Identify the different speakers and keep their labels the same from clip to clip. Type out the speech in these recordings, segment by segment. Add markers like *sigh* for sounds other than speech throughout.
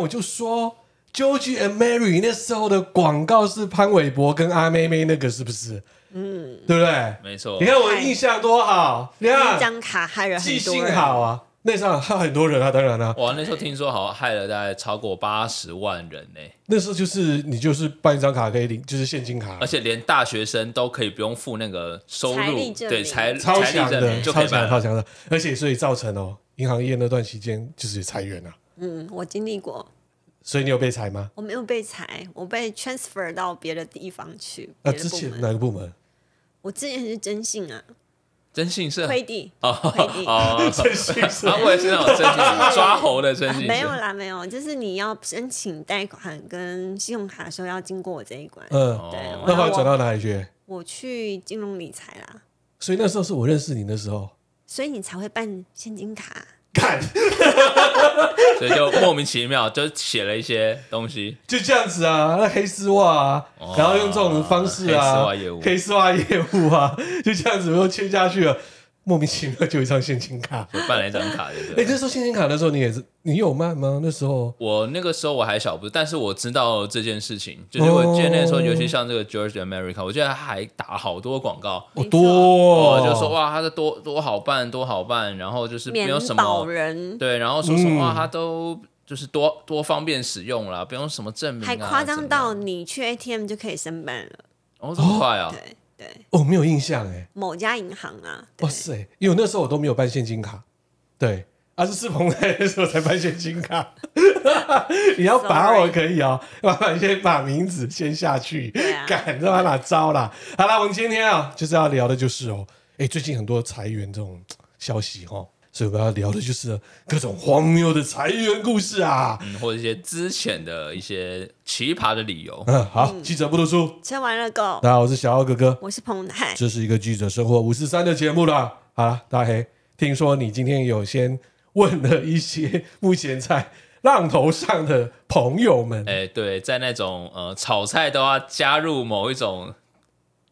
Speaker 1: 我就说 Georgie and Mary 那时候的广告是潘玮柏跟阿妹妹那个是不是？嗯，对不对？
Speaker 2: 没错
Speaker 1: 你，看我的印象多好，你
Speaker 3: 那
Speaker 1: 看
Speaker 3: 张卡害了
Speaker 1: 记
Speaker 3: 很多
Speaker 1: 性
Speaker 3: 人。
Speaker 1: 好啊，那时候还有很多人啊，当然啦、
Speaker 2: 哇，那时候听说好像害了大概超过八十万人呢、
Speaker 1: 那时候就是你就是办一张卡可以领，就是现金卡
Speaker 2: 而，且连大学生都可以不用付那个收
Speaker 3: 财
Speaker 2: 入
Speaker 3: 力，证
Speaker 2: 对
Speaker 3: 明
Speaker 2: 财
Speaker 1: 超
Speaker 2: 财
Speaker 1: 强
Speaker 2: 力证
Speaker 1: 的，
Speaker 2: 明就可
Speaker 1: 超
Speaker 2: 以办
Speaker 1: 强
Speaker 2: 了
Speaker 1: 超。强的，而且所以造成哦，银行业那段期间就是裁员啊，
Speaker 3: 嗯，我经历过，
Speaker 1: 所以你有被裁吗？
Speaker 3: 我没有被裁，我被 transfer 到别的地方去。
Speaker 1: 那、
Speaker 3: 别的
Speaker 1: 啊呃之
Speaker 3: 部
Speaker 1: 前
Speaker 3: 门
Speaker 1: 哪个部
Speaker 2: *laughs*
Speaker 1: 门？
Speaker 3: 我之前是征信啊，
Speaker 2: 征信社
Speaker 3: 快递
Speaker 2: 哦
Speaker 3: 快递
Speaker 2: 哦，
Speaker 1: 征信社
Speaker 2: 然后我也是那种征信抓猴的征信社，
Speaker 3: 啊没有啦，没有，就是你要申请贷款跟信用卡的时候要经过我这一关。
Speaker 1: 嗯，
Speaker 2: 哦
Speaker 3: 对，
Speaker 1: 那
Speaker 3: 然
Speaker 1: 后
Speaker 3: 后
Speaker 1: 来转
Speaker 3: 我
Speaker 1: 到哪里去？
Speaker 3: 我去金融理财啦，
Speaker 1: 所以那时候是我认识你的时候，
Speaker 3: 所以你才会办现金卡。
Speaker 1: 干
Speaker 2: 所以就莫名其妙就写了一些东西，
Speaker 1: 就这样子啊，那黑丝袜啊，
Speaker 2: 哦
Speaker 1: 然后用这种方式啊，
Speaker 2: 黑丝袜业务
Speaker 1: 黑丝袜业务啊， *laughs* 就这样子又签下去了，莫名其妙就有一张现金卡。
Speaker 2: 就办了一张卡，对不
Speaker 1: 哎、
Speaker 2: 对？
Speaker 1: 那时候现金卡的时候，你也是，你有卖吗？那时候
Speaker 2: 我那个时候我还小，不，但是我知道这件事情，就是我记得那时候，尤其像这个 George America，我记得他还打了好多广告，
Speaker 1: 我
Speaker 3: 没错
Speaker 1: 多哦、
Speaker 2: 哦，就说哇，他的多多好办，多好办，然后就是没
Speaker 3: 免
Speaker 2: 有什
Speaker 3: 保
Speaker 2: 么
Speaker 3: 人，
Speaker 2: 对，然后说什么话
Speaker 1: 嗯
Speaker 2: 他都就是多多方便使用啦，不用什么证明啊，
Speaker 3: 还夸张到
Speaker 2: 怎么样
Speaker 3: 你去 ATM 就可以申办了。
Speaker 2: 哦这么快啊，
Speaker 3: 对对，
Speaker 1: 哦，没有印象哎、
Speaker 3: 某家银行啊，对
Speaker 1: 哇塞，因为我那时候我都没有办现金卡，对，啊是世鹏来的时候才办现金
Speaker 3: *laughs*
Speaker 1: 卡。你要把我
Speaker 3: Sorry
Speaker 1: 可以哦，麻烦先把名字先下去
Speaker 3: 对，啊
Speaker 1: 敢让他哪招啦？好啦，我们今天啊就是要聊的就是哦，哎，最近很多裁员这种消息哦。所以我们要聊的就是各种荒谬的裁员故事啊！
Speaker 2: 嗯，或者一些之前的一些奇葩的理由，
Speaker 1: 嗯，好，记者不读书，
Speaker 3: 吃完了够，
Speaker 1: 大家好，我是小奥哥哥，
Speaker 3: 我是彭泰，
Speaker 1: 这是一个记者生活五四三的节目啦。好了，大黑，听说你今天有先问了一些 *laughs* 目前在浪头上的朋友们，
Speaker 2: 哎、对，在那种呃炒菜都要加入某一种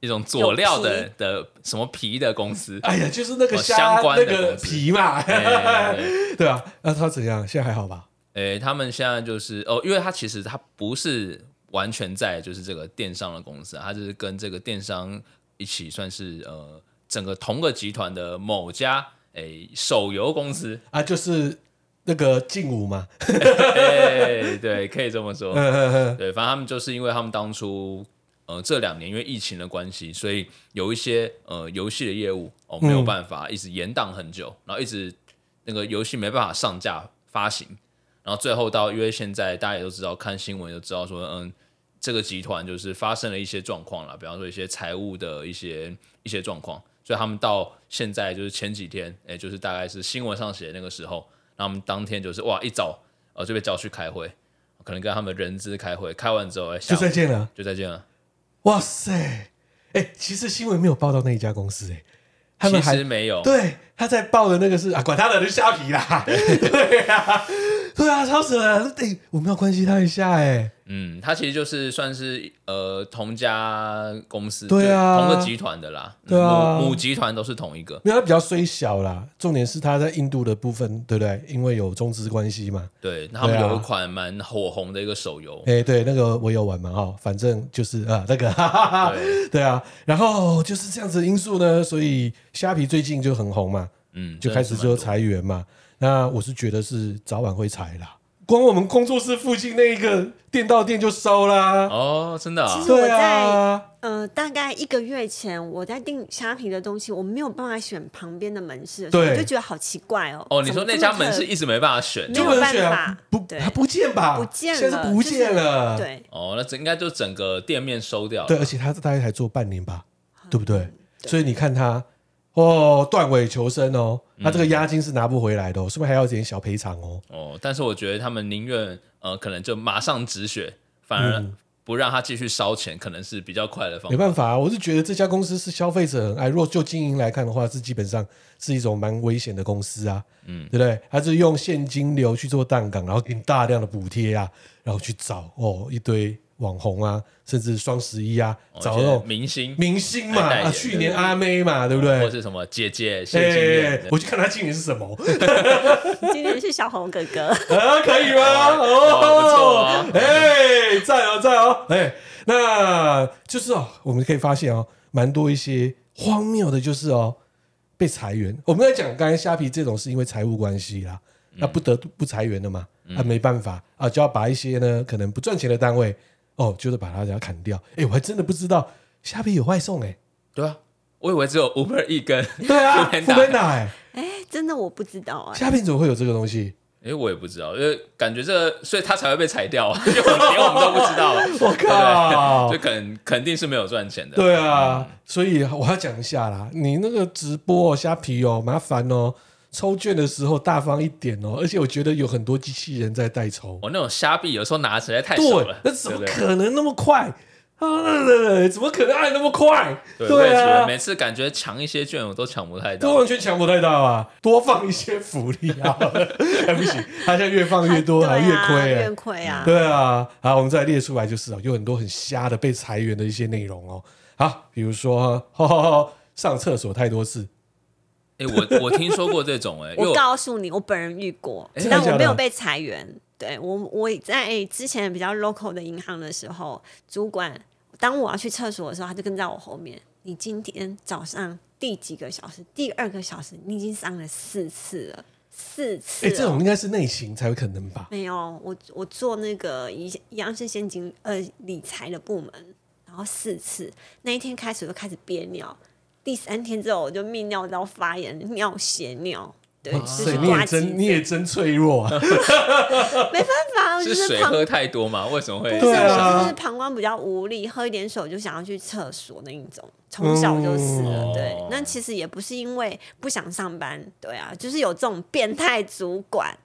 Speaker 2: 一种佐料的的什么皮的公
Speaker 3: *laughs*
Speaker 2: 司，
Speaker 1: 哎呀，就是那个
Speaker 2: 哦
Speaker 1: 虾、
Speaker 2: 相关
Speaker 1: 那
Speaker 2: 的
Speaker 1: 个
Speaker 2: 公司
Speaker 1: 皮嘛，
Speaker 2: 哎哎哎
Speaker 1: *laughs* 对啊，那他怎样？现在还好吧？
Speaker 2: 哎他们现在就是哦，因为他其实他不是完全在就是这个电商的公司、啊，他就是跟这个电商一起算是呃整个同个集团的某家哎、手游公司，
Speaker 1: 啊，就是那个劲舞嘛， *laughs*
Speaker 2: 哎，对，可以这么说，
Speaker 1: 嗯嗯嗯，
Speaker 2: 对，反正他们就是因为他们当初呃这两年因为疫情的关系，所以有一些呃游戏的业务哦没有办法一直延档很久，然后一直那个游戏没办法上架发行，然后最后到因为现在大家也都知道看新闻就知道说嗯。这个集团就是发生了一些状况了，比方说一些财务的一些一些状况，所以他们到现在就是前几天，哎，就是大概是新闻上写的那个时候，然后他们当天就是哇一早呃就被叫去开会，可能跟他们人资开会，开完之后哎下
Speaker 1: 就
Speaker 2: 午
Speaker 1: 再见了。
Speaker 2: 就再见了。
Speaker 1: 哇塞，哎、其实新闻没有报道那一家公司、哎，他们
Speaker 2: 其
Speaker 1: 还
Speaker 2: 实没有，
Speaker 1: 对，他在报的那个是啊，管他的，就虾皮 *laughs* 啦。对啊，对啊，超扯了。哎、我们要关心他一下哎、
Speaker 2: 嗯，他其实就是算是呃同家公司，
Speaker 1: 对啊
Speaker 2: 就是同个集团的啦，嗯
Speaker 1: 对啊
Speaker 2: 母母集团都是同一个，
Speaker 1: 没有，他比较虽小啦。重点是他在印度的部分，对不对？因为有中资关系嘛。
Speaker 2: 对，他
Speaker 1: 对
Speaker 2: 们
Speaker 1: 啊
Speaker 2: 有一款蛮火红的一个手游，
Speaker 1: 哎、对，那个我有玩嘛，哦，反正就是啊，那个，哈哈哈
Speaker 2: 对
Speaker 1: 对啊，然后就是这样子的因素呢，所以虾皮最近就很红嘛，
Speaker 2: 嗯，
Speaker 1: 就开始
Speaker 2: 真的
Speaker 1: 说
Speaker 2: 是蛮多
Speaker 1: 裁员嘛。那我是觉得是早晚会裁啦，光我们工作室附近那一个电到店就收啦。
Speaker 2: 哦，真的啊
Speaker 3: 其，实我
Speaker 1: 对
Speaker 3: 在
Speaker 1: 啊，
Speaker 3: 呃，大概一个月前我在订虾皮的东西，我没有办法选旁边的门市的时候，
Speaker 1: 对
Speaker 3: 我就觉得好奇怪哦。
Speaker 2: 哦，你说
Speaker 3: 怎么
Speaker 2: 那
Speaker 3: 这么
Speaker 2: 家门
Speaker 3: 特
Speaker 2: 市一直没办法选
Speaker 3: 没
Speaker 1: 就
Speaker 3: 有
Speaker 1: 有人选
Speaker 3: 办
Speaker 1: 啊
Speaker 3: 法
Speaker 1: 不，
Speaker 3: 对
Speaker 1: 它不见吧？
Speaker 3: 不见了，
Speaker 1: 啊现在是不见了。
Speaker 3: 就
Speaker 1: *laughs*
Speaker 3: 是对，
Speaker 2: 哦，那整应该就整个店面收掉了，
Speaker 1: 对，而且他大概才做半年吧，
Speaker 3: 嗯
Speaker 1: 对不对？所以你看他哦，断尾求生哦，他这个押金是拿不回来的、哦，是不是还要点小赔偿哦？
Speaker 2: 哦，但是我觉得他们宁愿呃可能就马上止血，反而不让他继续烧钱，可能是比较快的方
Speaker 1: 嗯没
Speaker 2: 法。
Speaker 1: 办法、啊，我是觉得这家公司是消费者很爱。如果就经营来看的话，是基本上是一种蛮危险的公司啊，嗯，对不对？它是用现金流去做杠杆，然后给你大量的补贴啊，然后去找哦一堆网红啊，甚至双十一啊，
Speaker 2: 哦
Speaker 1: 找
Speaker 2: 一
Speaker 1: 那
Speaker 2: 些
Speaker 1: 种
Speaker 2: 明星，
Speaker 1: 明星嘛，
Speaker 2: 来代言
Speaker 1: 啊、
Speaker 2: 对
Speaker 1: 去年阿妹嘛，对不对
Speaker 2: 或？是什么姐姐
Speaker 1: 哎、
Speaker 2: 谢金燕
Speaker 1: 我去看他今年是什么， *laughs*
Speaker 3: 今年是小红哥哥，
Speaker 1: 啊，可以吗？
Speaker 2: 哇不错
Speaker 1: 哦
Speaker 2: 哦，
Speaker 1: 哎，赞哦，赞哦，哎，那就是哦，我们可以发现哦，蛮多一些荒谬的，就是哦，被裁员。我们在讲刚才虾皮这种是因为财务关系啦，
Speaker 2: 嗯
Speaker 1: 那不得不裁员的嘛，啊，没办法啊，就要把一些呢可能不赚钱的单位哦，就是把它给它砍掉。哎，我还真的不知道虾皮有外送
Speaker 2: *laughs*
Speaker 1: 哎，
Speaker 2: 对啊，我以为只有 Uber E 跟，
Speaker 1: 对啊，
Speaker 2: Foodpanda
Speaker 1: 富美奶，哎
Speaker 3: 哎，真的我不知道哎、
Speaker 1: 虾皮怎么会有这个东西？
Speaker 2: 哎，我也不知道，因为感觉这个，所以他才会被裁掉啊，
Speaker 1: *laughs*
Speaker 2: 因为我们连我们都不知道，啊
Speaker 1: 我靠
Speaker 2: 就肯肯定是没有赚钱的，嗯
Speaker 1: 对啊，所以我要讲一下啦，你那个直播哦，虾皮哦，麻烦哦，抽券的时候大方一点哦，而且我觉得有很多机器人在代抽，
Speaker 2: 我那种虾币有时候拿实在太少
Speaker 1: 对
Speaker 2: 了，，
Speaker 1: 那怎么
Speaker 2: 对不对
Speaker 1: 可能那么快？啊，怎么可能按那么快？
Speaker 2: 对，我也觉得
Speaker 1: 啊，
Speaker 2: 每次感觉抢一些券我都抢不太
Speaker 1: 都
Speaker 2: 到。
Speaker 1: 完全抢不太到啊！多放一些福利
Speaker 2: *laughs*
Speaker 1: 啊！哎，不行，他现在越放越多，还
Speaker 3: 对
Speaker 1: 越亏
Speaker 3: 啊，
Speaker 1: 哎
Speaker 3: 越。亏啊，
Speaker 1: 对啊，好，我们再列出来就是啊，有很多很瞎的被裁员的一些内容哦。好，比如说呵呵呵上厕所太多次，
Speaker 2: 哎，我我听说过这种哎，因为
Speaker 3: *laughs* 我
Speaker 2: 我
Speaker 3: 告诉你，我本人遇过，
Speaker 1: 哎真的
Speaker 3: 但
Speaker 1: 假的
Speaker 3: 我没有被裁员。对我，我在之前比较 local 的银行的时候，主管当我要去厕所的时候，他就跟在我后面。你今天早上第几个小时？第二个小时，你已经上了四次了，四次
Speaker 1: 哎、
Speaker 3: 了。
Speaker 1: 这种应该是内勤才有可能吧？
Speaker 3: 没有，我我做那个一一样是现金呃理财的部门，然后四次，那一天开始我就开始憋尿，第三天之后我就泌尿道发炎，尿血尿。对，
Speaker 1: 哇
Speaker 3: 哎就是
Speaker 1: 哦塞，你
Speaker 3: 挂
Speaker 1: 也
Speaker 3: 急诊
Speaker 1: 真你也真脆弱啊！
Speaker 3: 没办法，我就是是
Speaker 2: 水
Speaker 3: 膀，
Speaker 2: 喝太多吗？为什么会？
Speaker 1: 对啊
Speaker 3: 就是膀胱比较无力，喝一点水就想要去厕所那一种，从小就是了。
Speaker 2: 嗯
Speaker 3: 对
Speaker 2: 哦，
Speaker 3: 那其实也不是因为不想上班，对啊，就是有这种变态主管，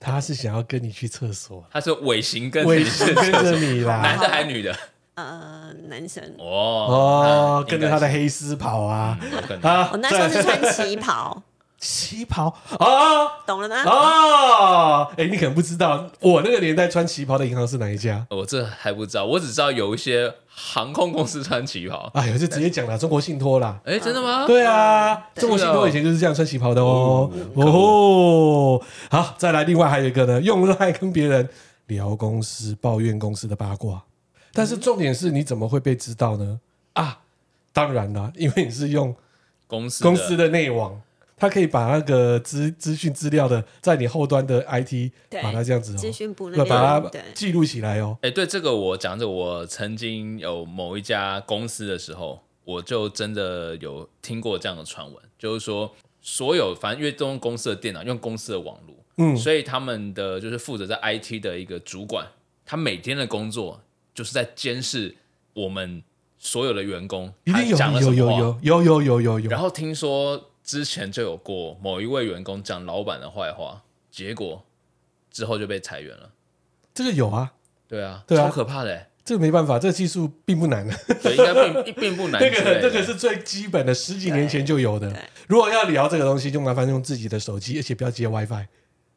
Speaker 1: 他是想要跟你去厕所，
Speaker 2: 他是尾行跟
Speaker 1: 尾行跟着你
Speaker 2: 男
Speaker 3: *laughs*
Speaker 1: 啦，
Speaker 2: 的还女的？
Speaker 3: 呃，男生。
Speaker 2: 哦
Speaker 1: 哦，跟着他的黑丝跑啊
Speaker 2: 的，
Speaker 1: 啊！
Speaker 3: 我那时候啊是穿旗袍，
Speaker 1: 旗袍啊
Speaker 3: 懂了
Speaker 2: 哦
Speaker 3: 吗？
Speaker 1: 啊！哎、你可能不知道，我那个年代穿旗袍的银行是哪一家？
Speaker 2: 我这还不知道，我只知道有一些航空公司穿旗袍。
Speaker 1: 哎呦，就直接讲了，中国信托啦。
Speaker 2: 哎，真的吗？
Speaker 1: 对啊，
Speaker 3: 对
Speaker 1: 中国信托以前就是这样穿旗袍的哦。哦，好，再来，另外还有一个呢，用赖跟别人聊公司、抱怨公司的八卦。但是重点是，你怎么会被知道呢？啊，当然啦，因为你是用
Speaker 2: 公司
Speaker 1: 公司的内网，它可以把那个资资讯资料的，在你后端的 IT
Speaker 3: 对
Speaker 1: 把它这样子、哦，
Speaker 3: 资讯部那
Speaker 1: 那把
Speaker 3: 边
Speaker 1: 它
Speaker 3: 对，
Speaker 1: 记录起来哦。
Speaker 2: 哎，对这个我讲着，我曾经有某一家公司的时候，我就真的有听过这样的传闻，就是说所有反正因为都用公司的电脑，用公司的网络，
Speaker 1: 嗯
Speaker 2: 所以他们的就是负责在 IT 的一个主管，他每天的工作就是在监视我们所有的员工，
Speaker 1: 一定有
Speaker 2: 他讲了什
Speaker 1: 有
Speaker 2: 么
Speaker 1: 有
Speaker 2: 话
Speaker 1: 有有有有有有，
Speaker 2: 然后听说之前就有过某一位员工讲老板的坏话，结果之后就被裁员了。
Speaker 1: 这个有啊，
Speaker 2: 对啊，
Speaker 1: 对啊
Speaker 2: 超可怕的、欸，
Speaker 1: 这个没办法，这个技术并不难。
Speaker 2: 对，应该并 *laughs* 并不难之
Speaker 1: 这
Speaker 2: 类的。
Speaker 1: 个这个是最基本的，十几年前就有的
Speaker 3: 对。
Speaker 1: 如果要聊这个东西，就麻烦用自己的手机，而且不要接 WiFi。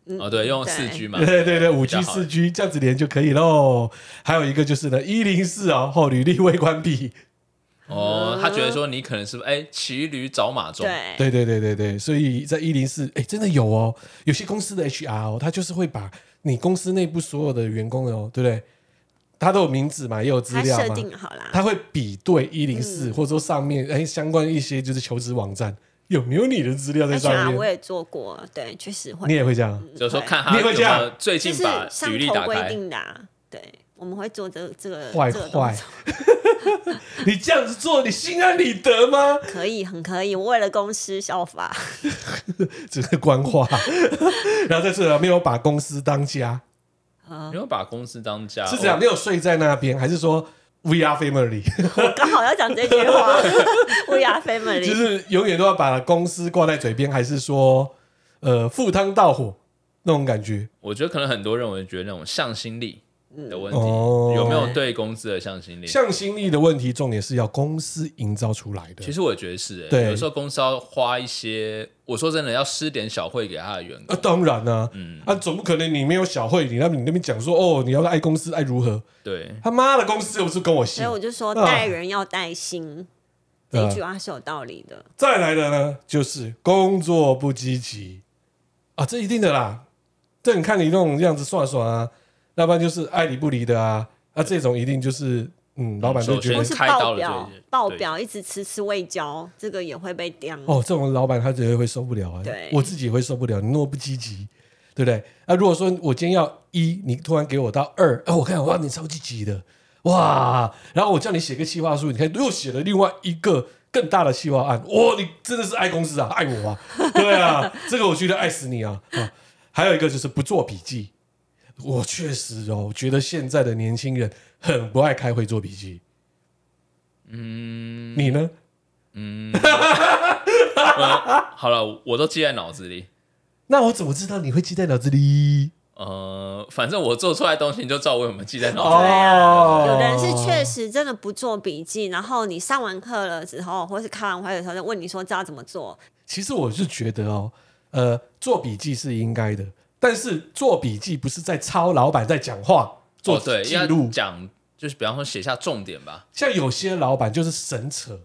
Speaker 3: 嗯
Speaker 2: 哦，对，用
Speaker 3: 对
Speaker 2: 四 G 嘛，
Speaker 1: 对对对，五 G、
Speaker 2: 比较好
Speaker 1: 四 G 这样子连就可以喽。还有一个就是呢，一零四哦，后履历未关闭。
Speaker 2: 哦，他觉得说你可能是哎骑驴找马中，
Speaker 3: 对，
Speaker 1: 对对对对对，所以在一零四，哎，真的有哦。有些公司的 HR 哦，他就是会把你公司内部所有的员工哦，对不对？他都有名字嘛，也有资
Speaker 3: 他
Speaker 1: 料
Speaker 3: 设
Speaker 1: 嘛，
Speaker 3: 定好嗯啦，
Speaker 1: 他会比对一零四或者说上面哎相关一些就是求职网站有没有你的资料在上
Speaker 3: HR 啊我
Speaker 1: 面。
Speaker 3: 也做过，对，确实
Speaker 1: 你
Speaker 3: 会，
Speaker 1: 也会这样？
Speaker 2: 就是说
Speaker 3: 对
Speaker 2: 看
Speaker 1: 你
Speaker 2: 他
Speaker 1: 也
Speaker 2: 有
Speaker 1: 会
Speaker 2: 没
Speaker 1: 这样
Speaker 2: 有最
Speaker 3: 就
Speaker 2: 近
Speaker 3: 是
Speaker 2: 把
Speaker 3: 上
Speaker 2: 履历
Speaker 3: 头
Speaker 2: 打
Speaker 3: 规
Speaker 2: 开。
Speaker 3: 定的啊，对，我们会做这这个
Speaker 1: 坏
Speaker 3: 这个动
Speaker 1: 坏
Speaker 3: 作，
Speaker 1: *laughs* 你这样子做，你心安理得吗？
Speaker 3: 可以，很可以，我为了公司效法， *laughs*
Speaker 1: 只是官话， *laughs* 然后在这没有把公司当家，
Speaker 2: 你有把公司当家
Speaker 1: 是这样，
Speaker 2: 哦
Speaker 1: 没有睡在那边，还是说 we are family，
Speaker 3: 我刚好要讲这句
Speaker 1: *laughs*
Speaker 3: 话，We are
Speaker 1: 就
Speaker 3: family，
Speaker 1: 是永远都要把公司挂在嘴边，还是说呃赴汤蹈火那种感觉？
Speaker 2: 我觉得可能很多人会觉得那种向心力的问题，
Speaker 1: 哦
Speaker 2: 有没有对公司的向心力。
Speaker 1: 向心力的问题，重点是要公司营造出来的。
Speaker 2: 其实我也觉得是、欸，
Speaker 1: 对
Speaker 2: 有时候公司要花一些，我说真的，要施点小惠给他的员
Speaker 1: 啊
Speaker 2: 工，，
Speaker 1: 当然啦、啊，
Speaker 2: 嗯
Speaker 1: 总不可能你没有小慧，你那边你那边讲说哦，你要爱公司爱如何？
Speaker 2: 对，
Speaker 1: 他妈的公司又不是跟我姓
Speaker 3: 所以。我就说，
Speaker 1: 啊
Speaker 3: 待人要带心，
Speaker 1: 对
Speaker 3: 这
Speaker 1: 啊
Speaker 3: 一句话是有道理的。
Speaker 1: 再来的呢，就是工作不积极啊，这一定的啦。这你看你那种样子算算啊，要不然就是爱理不理的啊，啊，这种一定就是嗯，老板就觉
Speaker 2: 首
Speaker 1: 得
Speaker 3: 或
Speaker 2: 先
Speaker 3: 是
Speaker 2: 开刀
Speaker 3: 报
Speaker 2: 了
Speaker 3: 表
Speaker 2: 对对，
Speaker 3: 报表一直迟迟未交，这个也会被刁。
Speaker 1: 哦，这种老板他绝对会受不了啊
Speaker 3: 对，
Speaker 1: 我自己也会受不了，你那么不积极，对不对？啊，如果说我今天要一，你突然给我到二，啊，我看哇，你超积极的，哇，然后我叫你写个企划书，你看又写了另外一个更大的企划案，哇，你真的是爱公司啊，爱我啊， *laughs* 对啊，这个我觉得爱死你啊啊！还有一个就是不做笔记，我确实哦，我觉得现在的年轻人很不爱开会做笔记，嗯，你呢？
Speaker 2: 好了，我都记在脑子里。
Speaker 1: 那我怎么知道你会记在脑子里？
Speaker 2: 呃，反正我做出来的东西，你就照我有没有记在脑子里。
Speaker 1: 哦，
Speaker 3: 有的人是确实真的不做笔记，然后你上完课了之后，或是开完会的时候，就问你说知道怎么做，
Speaker 1: 其实我是觉得哦，呃，做笔记是应该的，但是做笔记不是在抄老板在讲话，做
Speaker 2: 哦，对，
Speaker 1: 记
Speaker 2: 要
Speaker 1: 录。
Speaker 2: 讲就是比方说写下重点吧。
Speaker 1: 像有些老板就是神扯，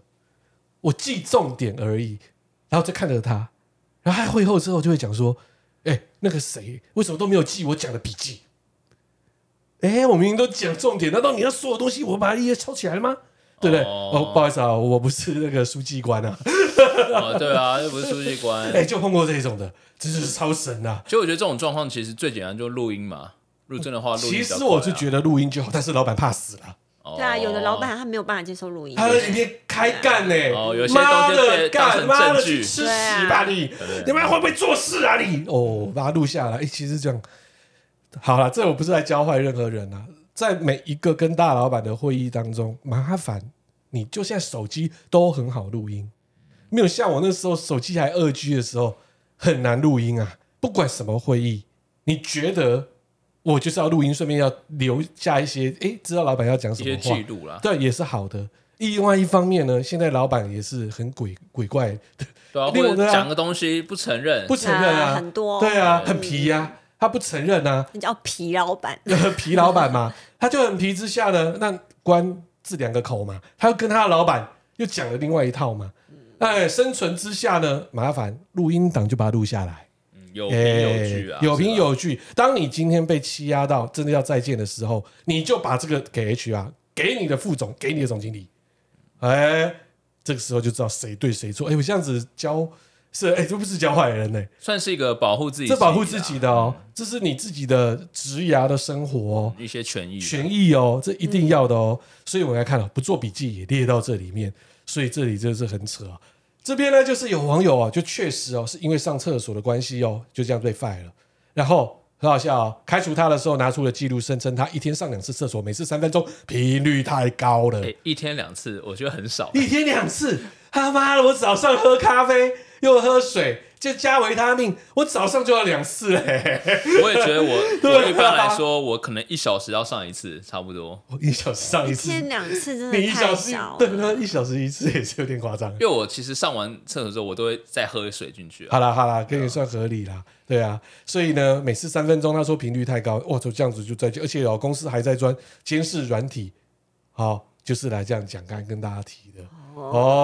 Speaker 1: 我记重点而已，然后就看着他，然后他会后之后就会讲说：“哎、那个谁为什么都没有记我讲的笔记？哎、我明明都讲重点，难道你要所有东西我把它一一抄起来了吗？”对不对？
Speaker 2: 哦
Speaker 1: 哦，不好意思啊，我不是那个书记
Speaker 2: *laughs*
Speaker 1: 官啊。
Speaker 2: 哦，对啊，又不是书记
Speaker 1: *laughs*
Speaker 2: 官。
Speaker 1: 哎、就碰过这种的，真是超神啊！
Speaker 2: 其实我觉得这种状况其实最简单，就录音嘛。录真的话，录音
Speaker 1: 其
Speaker 2: 比较
Speaker 1: 实
Speaker 2: 快啊
Speaker 1: 我就觉得录音就好，但是老板怕死了，
Speaker 2: 哦
Speaker 3: 对啊，有的老板他没有办法接受录音，
Speaker 1: 他在里面开干呢、
Speaker 2: 哦有些
Speaker 1: 妈
Speaker 2: 东西被
Speaker 1: 的
Speaker 2: 当
Speaker 1: 干，
Speaker 2: 成
Speaker 1: 妈的
Speaker 2: 证据
Speaker 1: 去吃屎吧你！你们会不会做事啊你？哦，把它录下来。哎、其实这样，好了，这我不是在教坏任何人啊，在每一个跟大老板的会议当中，麻烦你就现在手机都很好录音，没有像我那时候手机还二 G 的时候很难录音啊。不管什么会议，你觉得我就是要录音，顺便要留下一些，哎、知道老板要讲
Speaker 2: 一
Speaker 1: 什么
Speaker 2: 些
Speaker 1: 话
Speaker 2: 记，录啦。
Speaker 1: 对，也是好的。另外一方面呢，现在老板也是很鬼鬼怪，
Speaker 2: 对啊，或
Speaker 1: 另外
Speaker 2: 者
Speaker 1: *laughs* 对啊
Speaker 2: 讲个东西不承认，
Speaker 1: 不承认啊，
Speaker 3: 那很多
Speaker 1: 对啊，
Speaker 2: 嗯
Speaker 1: 很皮呀、他不承认啊， *laughs*
Speaker 3: 那叫皮老板。
Speaker 1: 皮老板嘛，他就很皮之下呢，那官治两个口嘛，他又跟他的老板又讲了另外一套嘛，哎，生存之下呢，麻烦录音档就把它录下来，
Speaker 2: 嗯有凭有
Speaker 1: 哎
Speaker 2: 据啊，
Speaker 1: 有凭
Speaker 2: 是吧
Speaker 1: 有据。当你今天被欺压到真的要再见的时候，你就把这个给 HR，给你的副总，给你的总经理，哎，这个时候就知道谁对谁错。哎，我这样子教是哎，这不是教坏人呢、
Speaker 2: 算是一个保护自己，
Speaker 1: 这保护自己的哦，这是你自己的职涯的生活哦。
Speaker 2: 一些权益啊，
Speaker 1: 权益哦，这一定要的哦。所以我们来看了，不做笔记也列到这里面，所以这里真的是很扯啊。这边呢，就是有网友啊，就确实哦，是因为上厕所的关系哦，就这样被 fire 了。然后很好笑哦，开除他的时候拿出了记录，声称他一天上两次厕所，每次三分钟，频率太高了。
Speaker 2: 哎，一天两次，我觉得
Speaker 1: *laughs*
Speaker 2: 很少。
Speaker 1: 一天两次，他妈的，我早上喝咖啡又喝水，就加维他命，我早上就要两次嘞、
Speaker 2: 我也觉得我，
Speaker 1: *laughs* 对啊
Speaker 2: 我一般来说，我可能一小时要上一次，差不多。
Speaker 1: 我哦一小时上一
Speaker 3: 一
Speaker 1: 次，
Speaker 3: 天两次真
Speaker 1: *laughs* 你
Speaker 3: 的
Speaker 1: 一
Speaker 3: 太
Speaker 1: 小时
Speaker 3: 少
Speaker 1: 对
Speaker 3: 了，
Speaker 1: 那一小时一次也是有点夸张。
Speaker 2: 因为我其实上完厕所之后，我都会再喝水进去啊。
Speaker 1: 好啦好啦，跟你算合理啦，对啊，所以呢，每次三分钟，他说频率太高，哇，就这样子就再见，而且哦，公司还在专监视软体，好、就是来这样讲，刚才跟大家提的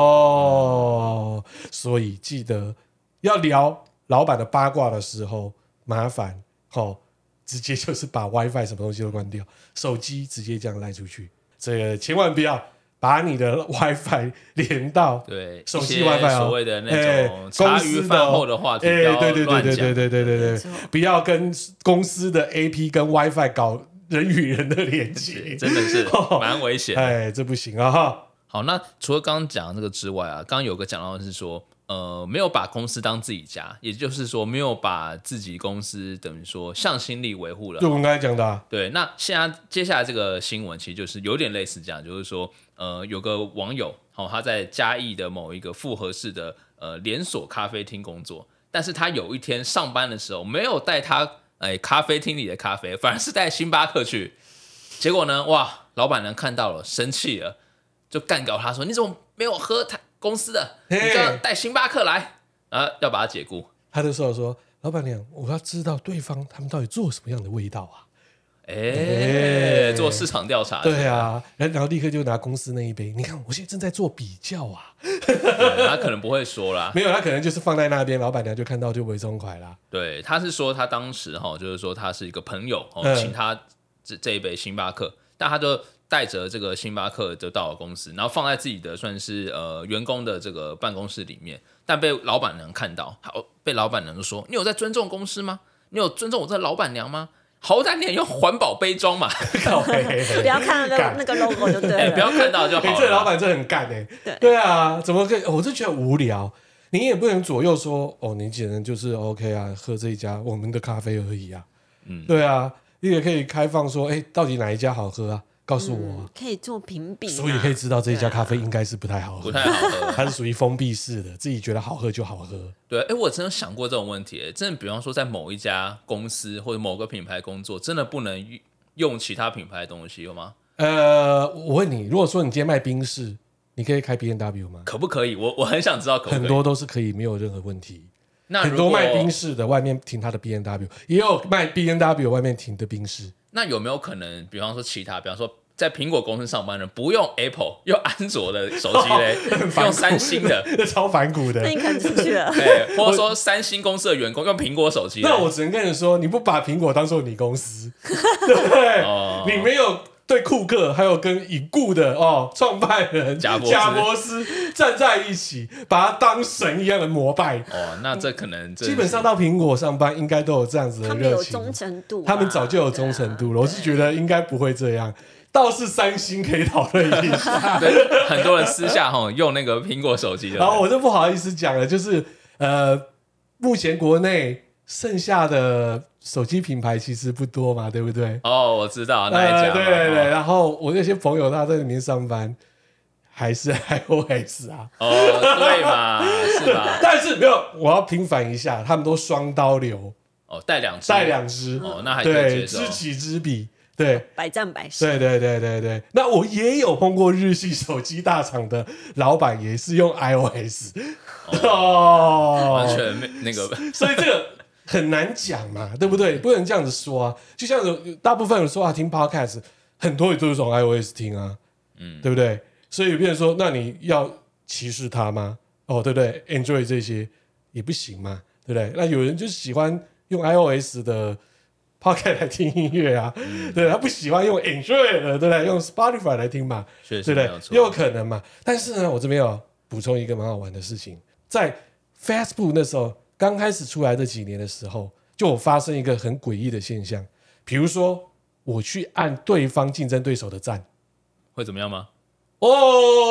Speaker 1: 哦，所以记得要聊老板的八卦的时候，麻烦好、直接就是把 WiFi 什么东西都关掉，手机直接这样赖出去，这个千万不要把你的 WiFi 连到
Speaker 2: 对，
Speaker 1: 手
Speaker 2: 一
Speaker 1: 机
Speaker 2: 些
Speaker 1: WiFi 哦，
Speaker 2: 所谓的那
Speaker 1: 哎
Speaker 2: 种
Speaker 1: 公
Speaker 2: 茶余
Speaker 1: 司的
Speaker 2: 饭
Speaker 1: 哦
Speaker 2: 后的话题，不
Speaker 1: 哎
Speaker 2: 要
Speaker 1: 对对对
Speaker 2: 乱
Speaker 1: 对
Speaker 2: 讲
Speaker 1: 对。对对对
Speaker 3: 没
Speaker 1: 对
Speaker 3: 错，
Speaker 1: 不要跟公司的 AP 跟 WiFi 搞人与人的连
Speaker 2: 对
Speaker 1: 接，
Speaker 2: 真的 *laughs* 是
Speaker 1: *laughs* 哦
Speaker 2: 蛮危险的。
Speaker 1: 哎，这不行啊哈，
Speaker 2: 好，那除了刚刚讲的这个之外啊，刚刚有个讲到的是说，呃，没有把公司当自己家，也就是说，没有把自己公司等于说向心力维护了
Speaker 1: 就。我们刚才讲的啊，
Speaker 2: 对，那现在接下来这个新闻其实就是有点类似这样，就是说，呃，有个网友哦，他在嘉义的某一个复合式的呃连锁咖啡厅工作，但是他有一天上班的时候没有带他哎咖啡厅里的咖啡，反而是带星巴克去。结果呢，哇，老板娘看到了，生气了，就干掉他说：“你怎么没有喝他公司的？你
Speaker 1: 嘿
Speaker 2: 就要带星巴克来，然后要把他解雇。
Speaker 1: 他就说说，老板娘，我要知道对方他们到底做什么样的味道啊？”
Speaker 2: 哎，做市场调查的，
Speaker 1: 对啊，然然后立刻就拿公司那一杯，你看我现在正在做比较啊，
Speaker 2: 对，他可能不会说啦。
Speaker 1: 没有，他可能就是放在那边，老板娘就看到就围松快
Speaker 3: *laughs*
Speaker 1: 啦。
Speaker 2: 对，他是说他当时哈，就是说他是一个朋友哦，
Speaker 1: 嗯
Speaker 2: 请他这这一杯星巴克，但他就带着这个星巴克就到了公司，然后放在自己的算是呃员工的这个办公室里面，但被老板娘看到，好被老板娘就说：“你有在尊重公司吗？你有尊重我这老板娘吗？好歹你也用环保杯装嘛，
Speaker 1: 靠北，
Speaker 3: 不要看到那
Speaker 1: 干
Speaker 3: 那个 logo 就
Speaker 2: 哎、
Speaker 3: 对啊
Speaker 2: 不要
Speaker 3: 了。
Speaker 2: 看到就好
Speaker 1: 哎、
Speaker 2: 了。
Speaker 1: 这老板这很干哎、
Speaker 3: 对
Speaker 1: 对啊，怎么可以？我就觉得无聊。你也不能左右说哦，你只能就是 OK 啊，喝这一家我们的咖啡而已啊。嗯，对啊，你也可以开放说，哎、到底哪一家好喝啊？告诉我、
Speaker 2: 嗯
Speaker 1: 啊，
Speaker 3: 可以做评比嘛，
Speaker 1: 所以可以知道这一家咖啡应该是不太好
Speaker 2: 啊
Speaker 1: 喝，
Speaker 2: 不太好喝。
Speaker 1: 它是属于封闭式的，自己觉得好喝就好喝。
Speaker 2: 对，哎，我真的想过这种问题耶，真的，比方说在某一家公司或者某个品牌工作，真的不能用用其他品牌的东西，有吗？
Speaker 1: 呃，我问你，如果说你今天卖冰室，你可以开 B N W 吗？
Speaker 2: 可不可以？我我很想知道可不可以。
Speaker 1: 很多都是可以，没有任何问题。
Speaker 2: *laughs* 那
Speaker 1: 很
Speaker 2: 如
Speaker 1: 多
Speaker 2: 果
Speaker 1: 卖冰室的外面停他的 B N W，也有卖 B N W 外面停的冰室。
Speaker 2: 那有没有可能，比方说其他，比方说在苹果公司上班的人不用 Apple，用 *laughs* 安卓的手机
Speaker 1: *laughs*
Speaker 2: 嘞，
Speaker 1: 哦
Speaker 2: *laughs* 用三星的，。
Speaker 1: 那 *laughs* 超反骨的
Speaker 3: 那。你可能出去了
Speaker 1: *laughs*
Speaker 2: 对，或者说三星公司的员工用苹果手机嘞。
Speaker 1: 那我只能跟你说，你不把苹果当做你公
Speaker 3: *laughs*
Speaker 1: 司，对不对？
Speaker 2: 哦
Speaker 1: 你没有对库克还有跟已故的哦创办人
Speaker 2: 贾伯斯
Speaker 1: 斯站在一起，把他当神一样的膜拜。
Speaker 2: 哦，那这可能真的
Speaker 1: 基本上到苹果上班，应该都有这样子
Speaker 3: 他
Speaker 1: 的
Speaker 3: 们
Speaker 1: 热
Speaker 3: 有
Speaker 1: 情。
Speaker 3: 忠诚度啊吧，
Speaker 1: 他们早就有忠诚度了，我是觉得应该不会这样。倒是三星可以讨论一下，
Speaker 2: 是 *laughs* 对很多人私下哈用那个苹果手机的。
Speaker 1: 然后我就不好意思讲了，就是呃，目前国内剩下的手机品牌其实不多嘛，对不对？
Speaker 2: 哦，我知道那一家
Speaker 1: 呃
Speaker 2: 嘛。
Speaker 1: 对对对。
Speaker 2: 哦
Speaker 1: 然后我那些朋友他在里面上班，还是 *laughs* iOS 啊，
Speaker 2: 哦，对嘛，是
Speaker 1: *laughs*
Speaker 2: 吧？
Speaker 1: 但是没有，我要平反一下，他们都双刀流，
Speaker 2: 哦，带两只，
Speaker 1: 带两只，
Speaker 2: 哦那还可以
Speaker 1: 对，
Speaker 2: 接受
Speaker 1: 知己知彼，对。
Speaker 3: 百战百胜。
Speaker 1: 对对对对对，那我也有碰过日系手机大厂的老板，也是用 iOS 哦
Speaker 2: 完，全没那
Speaker 1: *laughs*
Speaker 2: 个
Speaker 1: 所以这个很难讲嘛，对不对？不能这样子说啊，就像有大部分人说啊，听 podcast，很多人都是从 iOS 听啊，嗯，对不对？所以有别人说，那你要歧视他吗？哦，对不对？Android 这些也不行嘛，对不对？那有人就喜欢用 iOS 的 Pocket 来听音乐啊，对，他不喜欢用 Android 的，对不对？用 Spotify 来听嘛，
Speaker 2: 确实
Speaker 1: 对不
Speaker 2: 没
Speaker 1: 对
Speaker 2: 有？错。
Speaker 1: 也有可能嘛。但是呢，我这边有补充一个蛮好玩的事情，在 Facebook 那时候刚开始出来这几年的时候，就有发生一个很诡异的现象，比如说我去按对方竞争对手的赞。
Speaker 2: 会怎么样吗？
Speaker 1: 哦，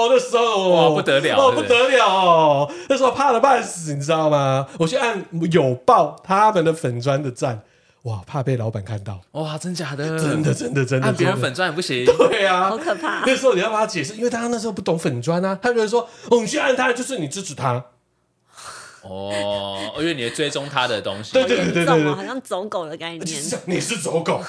Speaker 1: 那时候
Speaker 2: 哇不得了
Speaker 1: 哦
Speaker 2: 对
Speaker 1: 不
Speaker 2: 不对
Speaker 1: 得了哦，那时候怕的半死，你知道吗？我去按有爆他们的粉砖的赞，哇，怕被老板看到，
Speaker 2: 哇，真假的？
Speaker 1: 真的真的真的，
Speaker 2: 按别人
Speaker 1: 真的
Speaker 2: 粉钻也不行。
Speaker 1: 对啊，
Speaker 3: 好可怕
Speaker 1: *laughs* 那时候你要帮他解释，因为他那时候不懂粉砖啊，他就会说：“哦，你去按他，就是你支持他。
Speaker 2: 哦，因为你会追踪他的东西，
Speaker 1: 对对
Speaker 3: 严
Speaker 1: 对
Speaker 3: 重
Speaker 1: 对
Speaker 3: 哦，好像走狗的概”
Speaker 1: 就
Speaker 3: 念
Speaker 1: *laughs* 是，啊这样你是走狗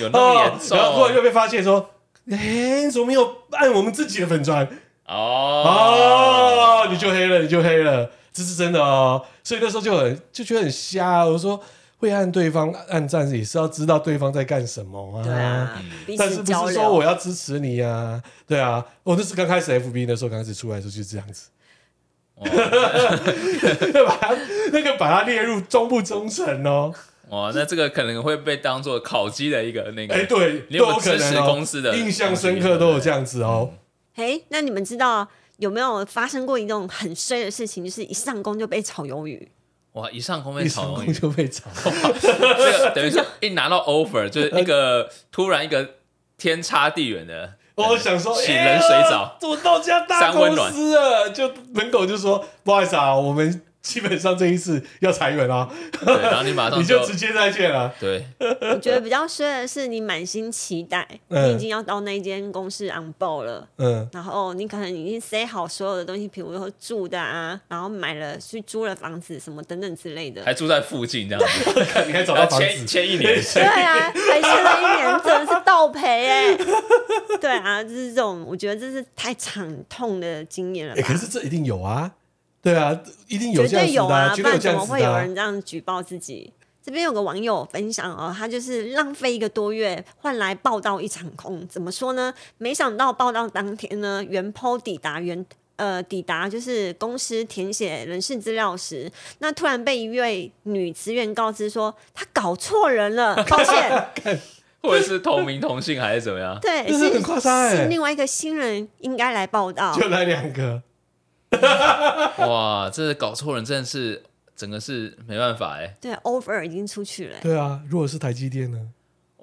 Speaker 2: 有 *laughs* 那么
Speaker 1: 哦
Speaker 2: 严，重
Speaker 1: 然后突然就被发现说：“哎，你怎么没有按我们自己的粉砖？”
Speaker 2: 哦
Speaker 1: 哦，你就黑了，你就黑了，这是真的哦。所以那时候就很就觉得很瞎，我说会按对方按赞也是要知道对方在干什么
Speaker 3: 对啊，彼
Speaker 1: 但
Speaker 3: 此
Speaker 1: 是不
Speaker 3: 交
Speaker 1: 是说我
Speaker 3: 流。
Speaker 1: 要支持你啊？对啊，我那是刚开始 FB 的时候，刚开始出来的时候就是这样子。
Speaker 2: 哦
Speaker 1: *laughs* 把它那个把它列入忠不忠诚哦？
Speaker 2: 哇，那这个可能会被当做烤鸡的一个那个，
Speaker 1: 哎，对，
Speaker 2: 你
Speaker 1: 都
Speaker 2: 有
Speaker 1: 有
Speaker 2: 没有
Speaker 1: 可
Speaker 2: 支持
Speaker 1: 能哦。
Speaker 2: 公司的
Speaker 1: 印象深刻都有这样子哦。
Speaker 3: 哎，那你们知道有没有发生过一种很衰的事情，就是一上工就被炒鱿鱼？
Speaker 2: 哇，一上空被
Speaker 1: *laughs* 一
Speaker 2: 嗯炒
Speaker 1: 成
Speaker 2: 鱿
Speaker 1: 功
Speaker 2: 鱼，
Speaker 1: 就被炒，
Speaker 2: 这个等于是一拿到 offer 就是一个突然一个天差地远的，
Speaker 1: 呃我想说，
Speaker 2: 洗
Speaker 1: 哎
Speaker 2: 冷
Speaker 1: 呀
Speaker 2: 水澡，
Speaker 1: 我到家大
Speaker 2: 三温
Speaker 1: 公
Speaker 2: 暖
Speaker 1: 司了，就门口就说不好意思啊，我们基本上这一次要裁员啊，
Speaker 2: 对，然后你马
Speaker 1: *laughs*
Speaker 2: 上
Speaker 1: 你就直接再见啊了。
Speaker 2: 对
Speaker 3: 我觉得比较衰的是，你满心期待，
Speaker 1: 嗯
Speaker 3: 你已经要到那间公司 on board 了。
Speaker 2: *laughs*
Speaker 1: 嗯
Speaker 3: 然后你可能已经塞好所有的东西，比如说住的啊，然后买了去租了房子什么等等之类的。
Speaker 2: 还住在附近这样子，
Speaker 1: 看你还找
Speaker 2: 然
Speaker 1: 到
Speaker 2: 后
Speaker 1: 房
Speaker 2: 签
Speaker 1: 子，
Speaker 2: 签一年，
Speaker 3: 对啊，还签了一年，真的是倒赔哎、 *laughs* 对啊，就是这种，我觉得这是太惨痛的经验了
Speaker 1: 哎，
Speaker 3: 吧
Speaker 1: 可。是这一定有啊，对啊，一定有
Speaker 3: 绝
Speaker 1: 这样
Speaker 3: 对
Speaker 1: 子的
Speaker 3: 有
Speaker 1: 啊，
Speaker 3: 啊，
Speaker 1: 绝对
Speaker 3: 不然
Speaker 1: 有这
Speaker 3: 怎
Speaker 1: 样
Speaker 3: 么
Speaker 1: 子
Speaker 3: 会
Speaker 1: 的
Speaker 3: 有
Speaker 1: 啊
Speaker 3: 人。这样举报自己？这边有个网友分享哦，他就是浪费一个多月换来报道一场空。怎么说呢？没想到报道当天呢，原 PO 抵达原呃抵达就是公司填写人事资料时，那突然被一位女职员告知说她搞错人
Speaker 1: *laughs*
Speaker 3: 了，抱歉，
Speaker 2: 或者是同名同姓还是怎么样？
Speaker 3: 对，
Speaker 1: 这是很夸张欸
Speaker 3: 是另外一个新人应该来报道。
Speaker 1: 就来两个，
Speaker 2: 哇，这搞错人真的是整个是没办法哎，
Speaker 3: 对，over 已经出去了欸、
Speaker 1: 对啊。如果是台积电呢？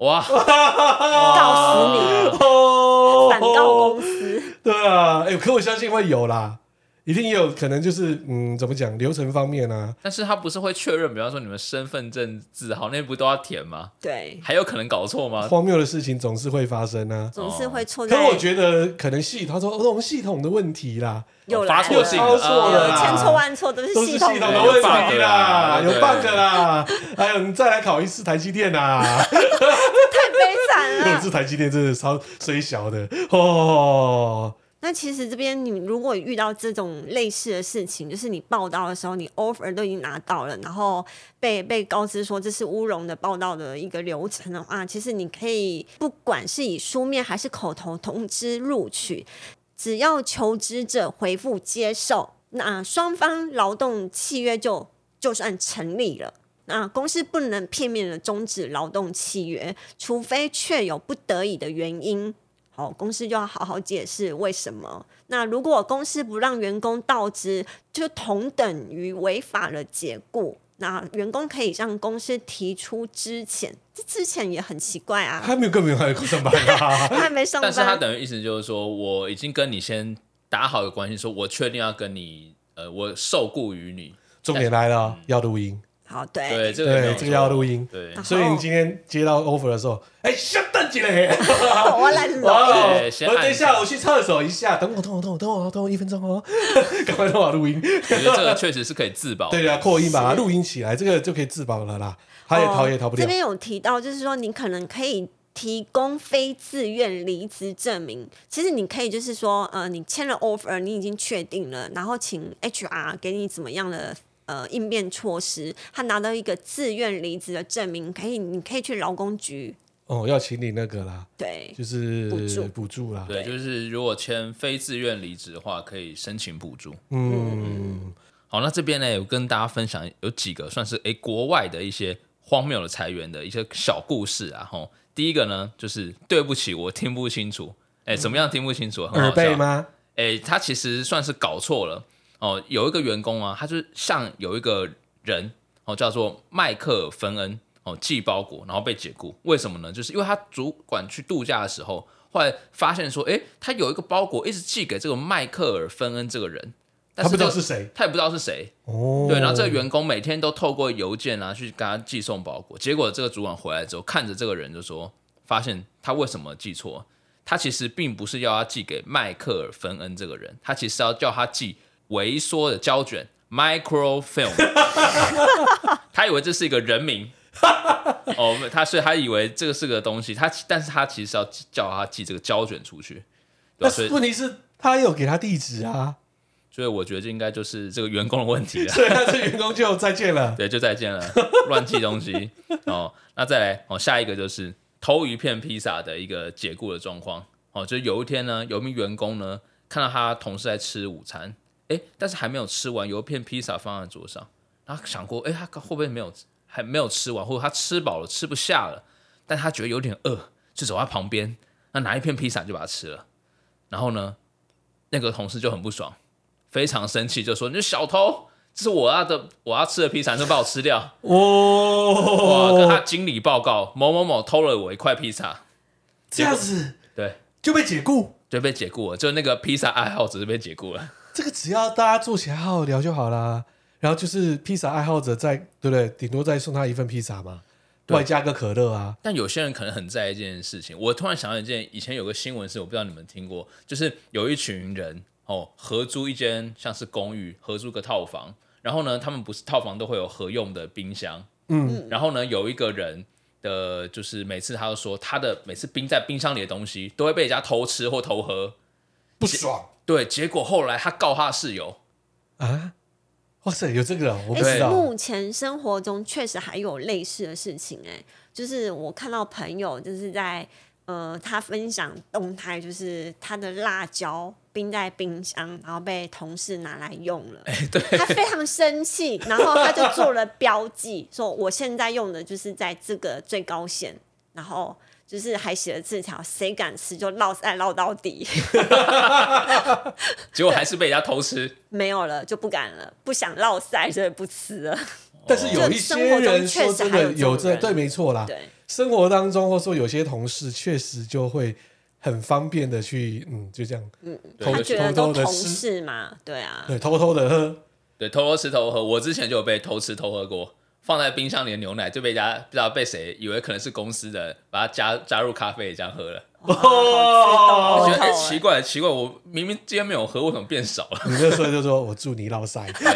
Speaker 1: *laughs*
Speaker 2: 哇，
Speaker 3: 告死你，
Speaker 1: 哦
Speaker 3: *laughs* 反告公司。
Speaker 1: 对啊，哎、可我相信会有啦，一定也有可能就是嗯，怎么讲流程方面啊，
Speaker 2: 但是他不是会确认，比方说你们身份证字号那不都要填吗？
Speaker 3: 对，
Speaker 2: 还有可能搞错吗？
Speaker 1: 荒谬的事情总是会发生啊。
Speaker 3: 总是会错在
Speaker 1: 可我觉得可能系他说哦，我们系统的问题啦，
Speaker 3: 有
Speaker 2: 发
Speaker 3: 啦
Speaker 2: 错信啊
Speaker 1: 有操作
Speaker 3: 有
Speaker 1: 了
Speaker 3: 有
Speaker 1: 啦
Speaker 3: 千错万错都是
Speaker 1: 都是系统
Speaker 3: 统
Speaker 1: 的
Speaker 2: 有
Speaker 3: *laughs*
Speaker 1: 问
Speaker 2: bug
Speaker 1: 题啦，
Speaker 2: 啦
Speaker 1: 有
Speaker 2: 对
Speaker 1: bug 啦，还有你再来考一次台积电
Speaker 3: *laughs*
Speaker 1: 啊，
Speaker 3: 太悲惨
Speaker 1: 考一
Speaker 3: 了。
Speaker 1: 次台积电真的超虽小的哦，
Speaker 3: 那其实这边你如果遇到这种类似的事情，就是你报道的时候，你 offer 都已经拿到了，然后被被告知说这是乌龙的报道的一个流程的话，其实你可以不管是以书面还是口头通知录取，只要求职者回复接受，那双方劳动契约就就算成立了。那公司不能片面的终止劳动契约，除非确有不得已的原因。好，公司就要好好解释为什么。那如果公司不让员工到职，就同等于违法了解雇。那员工可以向公司提出之前，这之前也很奇怪啊，
Speaker 1: 还没有更没有还有上班啊，
Speaker 3: 他还没上
Speaker 2: 但是他
Speaker 3: 班，
Speaker 2: 等于意思就是说，我已经跟你先打好一个关系，说我确定要跟你，呃，我受雇于你。
Speaker 1: 重点来了，要录音，
Speaker 3: 好
Speaker 2: 对，
Speaker 3: 对，
Speaker 2: 这个没有
Speaker 1: 对这个要录音
Speaker 2: 错对
Speaker 3: 啊，
Speaker 1: 所以你今天接到 offer 的时候，哎，下蛋起来。
Speaker 3: 我来了。
Speaker 1: 哦，
Speaker 2: 对先
Speaker 1: 我等一
Speaker 2: 按
Speaker 1: 下，
Speaker 2: 下
Speaker 1: 我去厕所一下，等我，等我，等我，等我，等我一分钟哦，赶快帮我录音。
Speaker 2: 我觉得这个确实是可以自保。
Speaker 1: 对，呀，扩音把它录音起来，这个就可以自保了啦。他也逃也逃不
Speaker 3: 哦这
Speaker 1: 了。
Speaker 3: 边有提到，就是说你可能可以提供非自愿离职证明。其实你可以就是说，呃，你签了 offer，你已经确定了，然后请 HR 给你怎么样的。呃，应变措施，他拿到一个自愿离职的证明，可以，你可以去劳工局，
Speaker 1: 哦，要请你那个啦，
Speaker 3: 对，
Speaker 1: 就是
Speaker 3: 补助
Speaker 1: 补助啦。
Speaker 2: 对，就是如果签非自愿离职的话，可以申请补助。
Speaker 1: 嗯，
Speaker 2: 好，那这边呢，有跟大家分享有几个算是诶国外的一些荒谬的裁员的一些小故事啊。吼，第一个呢，就是对不起，我听不清楚。哎，怎么样听不清楚？很
Speaker 1: 耳
Speaker 2: 好
Speaker 1: 背
Speaker 2: 笑。
Speaker 1: 吗？
Speaker 2: 诶，他其实算是搞错了哦。有一个员工啊，他就是像有一个人哦，叫做麦克尔芬恩哦，寄包裹，然后被解雇。为什么呢？就是因为他主管去度假的时候，后来发现说，诶，他有一个包裹一直寄给这个麦克尔芬恩这个人，但
Speaker 1: 他不知道
Speaker 2: 这
Speaker 1: 是
Speaker 2: 个
Speaker 1: 谁
Speaker 2: 他也不知道是谁。
Speaker 1: 哦。
Speaker 2: 对，然后这个员工每天都透过邮件啊去给他寄送包裹，结果这个主管回来之后，看着这个人就说，发现他为什么寄错？他其实并不是要他寄给迈克尔芬恩这个人，他其实要叫他寄微缩的胶卷
Speaker 1: *laughs*
Speaker 2: （microfilm）。他以为这是一个人名，哦，他所以他以为这个是个东西，他但是他其实要叫他寄这个胶卷出去。
Speaker 1: 那
Speaker 2: 对吧，所以
Speaker 1: 问题是，他有给他地址啊，
Speaker 2: 所以我觉得这应该就是这个员工的问题了。啊
Speaker 1: 所以他这员工就再见了。
Speaker 2: 对，就再见了，乱寄东西哦。那再来哦，下一个就是偷一片披萨的一个解雇的状况哦。就是有一天呢，有一名员工呢看到他同事在吃午餐，诶，但是还没有吃完，有一片披萨放在桌上，然后想过，诶，他会不会没有还没有吃完，或者他吃饱了吃不下了，但他觉得有点饿，就走到旁边，那拿一片披萨就把它吃了。然后呢，那个同事就很不爽，非常生气，就说：“你是小偷！”这是我要的，我要吃的披萨，你就把我吃掉！哇，跟他
Speaker 1: 哦，
Speaker 2: 经理报告，某某某偷了我一块披萨，
Speaker 1: 这样子
Speaker 2: 对，
Speaker 1: 就被解雇。
Speaker 2: 就被解雇了。就那个披萨爱好者是被解雇了，
Speaker 1: 这个只要大家坐起来好好聊就好啦。然后就是披萨爱好者在对不对？顶多再送他一份披萨嘛，外加个可乐啊。
Speaker 2: 但有些人可能很在意这件事情。我突然想到一件，以前有个新闻是我不知道你们听过，就是有一群人哦合租一间像是公寓，合租个套房，然后呢，他们不是套房都会有合用的冰箱，嗯，然后呢，有一个人的就是每次他都说他的每次冰在冰箱里的东西都会被人家偷吃或偷喝，
Speaker 1: 不爽
Speaker 2: 对，结果后来他告他室友，
Speaker 1: 啊！哇塞，有这个啊，我不
Speaker 3: 哎、
Speaker 1: 知道。
Speaker 3: 目前生活中确实还有类似的事情、哎，就是我看到朋友就是在呃，他分享动态，就是他的辣椒冰在冰箱，然后被同事拿来用了，
Speaker 2: 对
Speaker 3: 他非常生气，然后他就做了标记，说我现在用的就是在这个最高线，然后。就是还写了字条，谁敢吃就唠再唠到底， *laughs*
Speaker 2: 结果还是被人家偷吃，
Speaker 3: 没有了就不敢了，不想唠塞，所以不吃了。
Speaker 1: 但是有一些人
Speaker 3: 就生活
Speaker 1: 说
Speaker 3: 中确实
Speaker 1: 真
Speaker 3: 还有
Speaker 1: 的
Speaker 3: 这种
Speaker 1: 有这
Speaker 3: 人
Speaker 1: 对，没错啦。
Speaker 3: 对，
Speaker 1: 生活当中，或说有些同事确实就会很方便的去，嗯，就这样，偷
Speaker 3: 他
Speaker 1: 偷
Speaker 3: 觉得都
Speaker 1: 偷
Speaker 3: 同
Speaker 1: 的吃，
Speaker 3: 事嘛，对啊，
Speaker 1: 对，偷偷的喝，
Speaker 2: 对，偷偷吃偷喝。我之前就有被偷吃偷喝过，放在冰箱里的牛奶就被人家不知道被谁以为可能是公司的，把它加加入咖啡也这样喝了。
Speaker 1: 哦
Speaker 3: 哇好
Speaker 2: 我
Speaker 3: 自
Speaker 2: 觉
Speaker 3: 动
Speaker 2: 得、哎
Speaker 3: 好
Speaker 1: 欸
Speaker 2: 奇怪奇怪，我明明今天没有喝，为什么变少了？ *laughs*
Speaker 1: 你那时候就说我祝你老
Speaker 3: *laughs*
Speaker 1: 塞，
Speaker 3: 要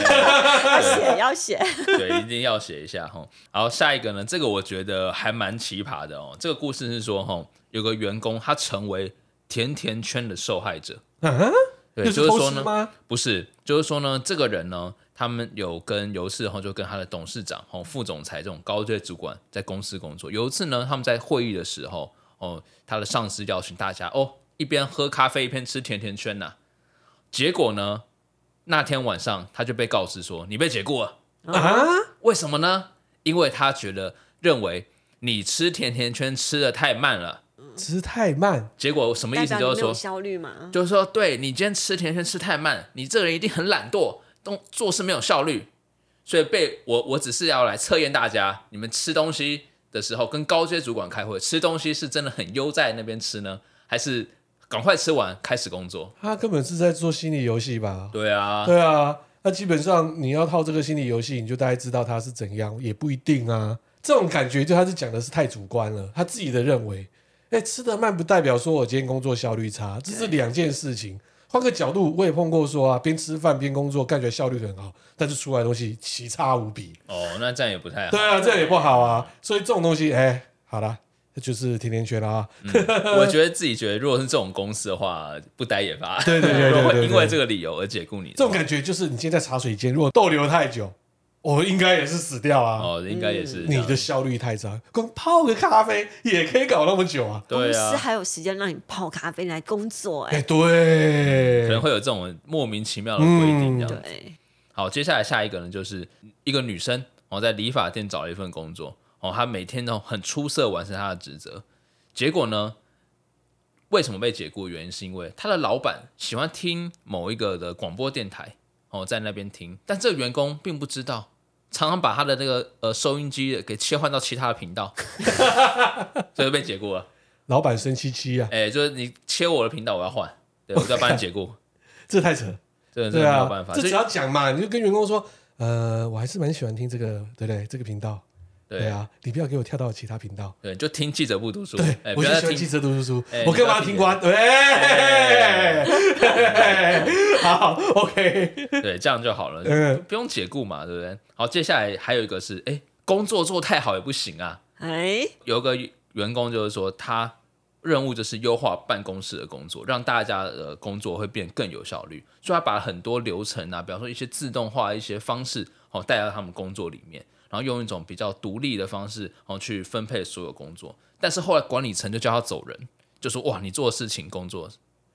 Speaker 3: 写要写，
Speaker 2: 对，一定要写一下哈。然后下一个呢，这个我觉得还蛮奇葩的哦。这个故事是说哈，有个员工他成为甜甜圈的受害者。
Speaker 1: 啊，
Speaker 2: 对，
Speaker 1: 又
Speaker 2: 就是是
Speaker 1: 偷
Speaker 2: 说
Speaker 1: 吃
Speaker 2: 呢，
Speaker 1: 吗？
Speaker 2: 不是，就是说呢，这个人呢，他们有跟有一次后就跟他的董事长、哦副总裁这种高阶主管在公司工作。有一次呢，他们在会议的时候，哦，他的上司邀请大家哦，一边喝咖啡一边吃甜甜圈呐、结果呢，那天晚上他就被告知说你被解雇了，
Speaker 1: 啊，
Speaker 2: 为什么呢？因为他觉得认为你吃甜甜圈吃的太慢了。
Speaker 1: 吃太慢，
Speaker 2: 结果什么
Speaker 3: 代
Speaker 2: 意思？
Speaker 3: 表
Speaker 2: 就
Speaker 3: 你
Speaker 2: 是
Speaker 3: 没
Speaker 2: 说
Speaker 3: 有效率嘛？
Speaker 2: 就是说，对你今天吃甜甜圈吃太慢，你这个人一定很懒惰，动做事没有效率，所以被我我只是要来测验大家，你们吃东西的时候跟高阶主管开会，吃东西是真的很悠在那边吃呢，还是赶快吃完开始工作？
Speaker 1: 他根本是在做心理游戏吧？
Speaker 2: 对啊，
Speaker 1: 对啊，那基本上你要套这个心理游戏，你就大概知道他是怎样，也不一定啊。这种感觉就他是讲的是太主观了，他自己的认为，哎、吃得慢不代表说我今天工作效率差，这是两件事情。换个角度，我也碰过说啊，边吃饭边工作，感觉效率很好，但是出来的东西奇差无比。
Speaker 2: 哦，那这样也不太好
Speaker 1: 对。啊，这样也不好啊。所以这种东西，哎、好啦，那就是甜甜圈啦、啊。
Speaker 2: 我觉得自己觉得，如果是这种公司的话，不待也罢。
Speaker 1: 对对对对对
Speaker 2: 如果 *laughs* 会因为
Speaker 1: 对
Speaker 2: 这个理由而解雇你的
Speaker 1: 这
Speaker 2: 话，
Speaker 1: 种感觉就是你今天在茶水间，如果逗留太久，我应该也是死掉啊。
Speaker 2: 哦，应该也是这
Speaker 1: 你
Speaker 2: 样
Speaker 1: 的效率太差，光泡个咖啡也可以搞那么久啊！
Speaker 3: 公
Speaker 2: 对
Speaker 3: 司
Speaker 2: 啊，
Speaker 3: 还有时间让你泡咖啡来工作，
Speaker 1: 哎、
Speaker 3: 哎，
Speaker 2: 可
Speaker 1: 对，
Speaker 2: 能会有这种莫名其妙的规定这样子。
Speaker 3: 对，
Speaker 2: 好，接下来下一个呢，就是一个女生哦，在理发店找了一份工作哦，她每天都很出色完成她的职责。结果呢，为什么被解雇？原因是因为她的老板喜欢听某一个的广播电台哦，在那边听，但这个员工并不知道，常常把他的那个呃收音机给切换到其他的频道， *laughs* 所以被解雇了。
Speaker 1: 老板生气气啊，
Speaker 2: 哎、就是你切我的频道，我要换，对，我就要把你解雇，
Speaker 1: 这太扯，
Speaker 2: 这这
Speaker 1: 对
Speaker 2: 没有
Speaker 1: 啊
Speaker 2: 办，法，
Speaker 1: 这只
Speaker 2: 所以
Speaker 1: 要讲嘛，你就跟员工说，呃，我还是蛮喜欢听这个，对不对？这个频道，对
Speaker 2: 对
Speaker 1: 啊，你不要给我跳到其他频道，
Speaker 2: 对，就听记者不读书，
Speaker 1: 对
Speaker 2: 哎、
Speaker 1: 我
Speaker 2: 不
Speaker 1: 就
Speaker 2: 要再
Speaker 1: 喜欢
Speaker 2: 听
Speaker 1: 汽车读书书
Speaker 2: 哎，
Speaker 1: 我干嘛
Speaker 2: 你不要
Speaker 1: 听
Speaker 2: 听
Speaker 1: 官？哎，
Speaker 2: 哎
Speaker 1: *laughs* 好，OK，
Speaker 2: 对，这样就好了，
Speaker 1: 嗯
Speaker 2: 不不用解雇嘛，对不对？好，接下来还有一个是，哎，工作做太好也不行啊。
Speaker 3: 哎，
Speaker 2: 有个员工就是说，他任务就是优化办公室的工作，让大家的呃工作会变更有效率，所以他把很多流程啊，比方说一些自动化一些方式，哦，带到他们工作里面，然后用一种比较独立的方式，哦，去分配所有工作。但是后来管理层就叫他走人，就说哇，你做的事情工作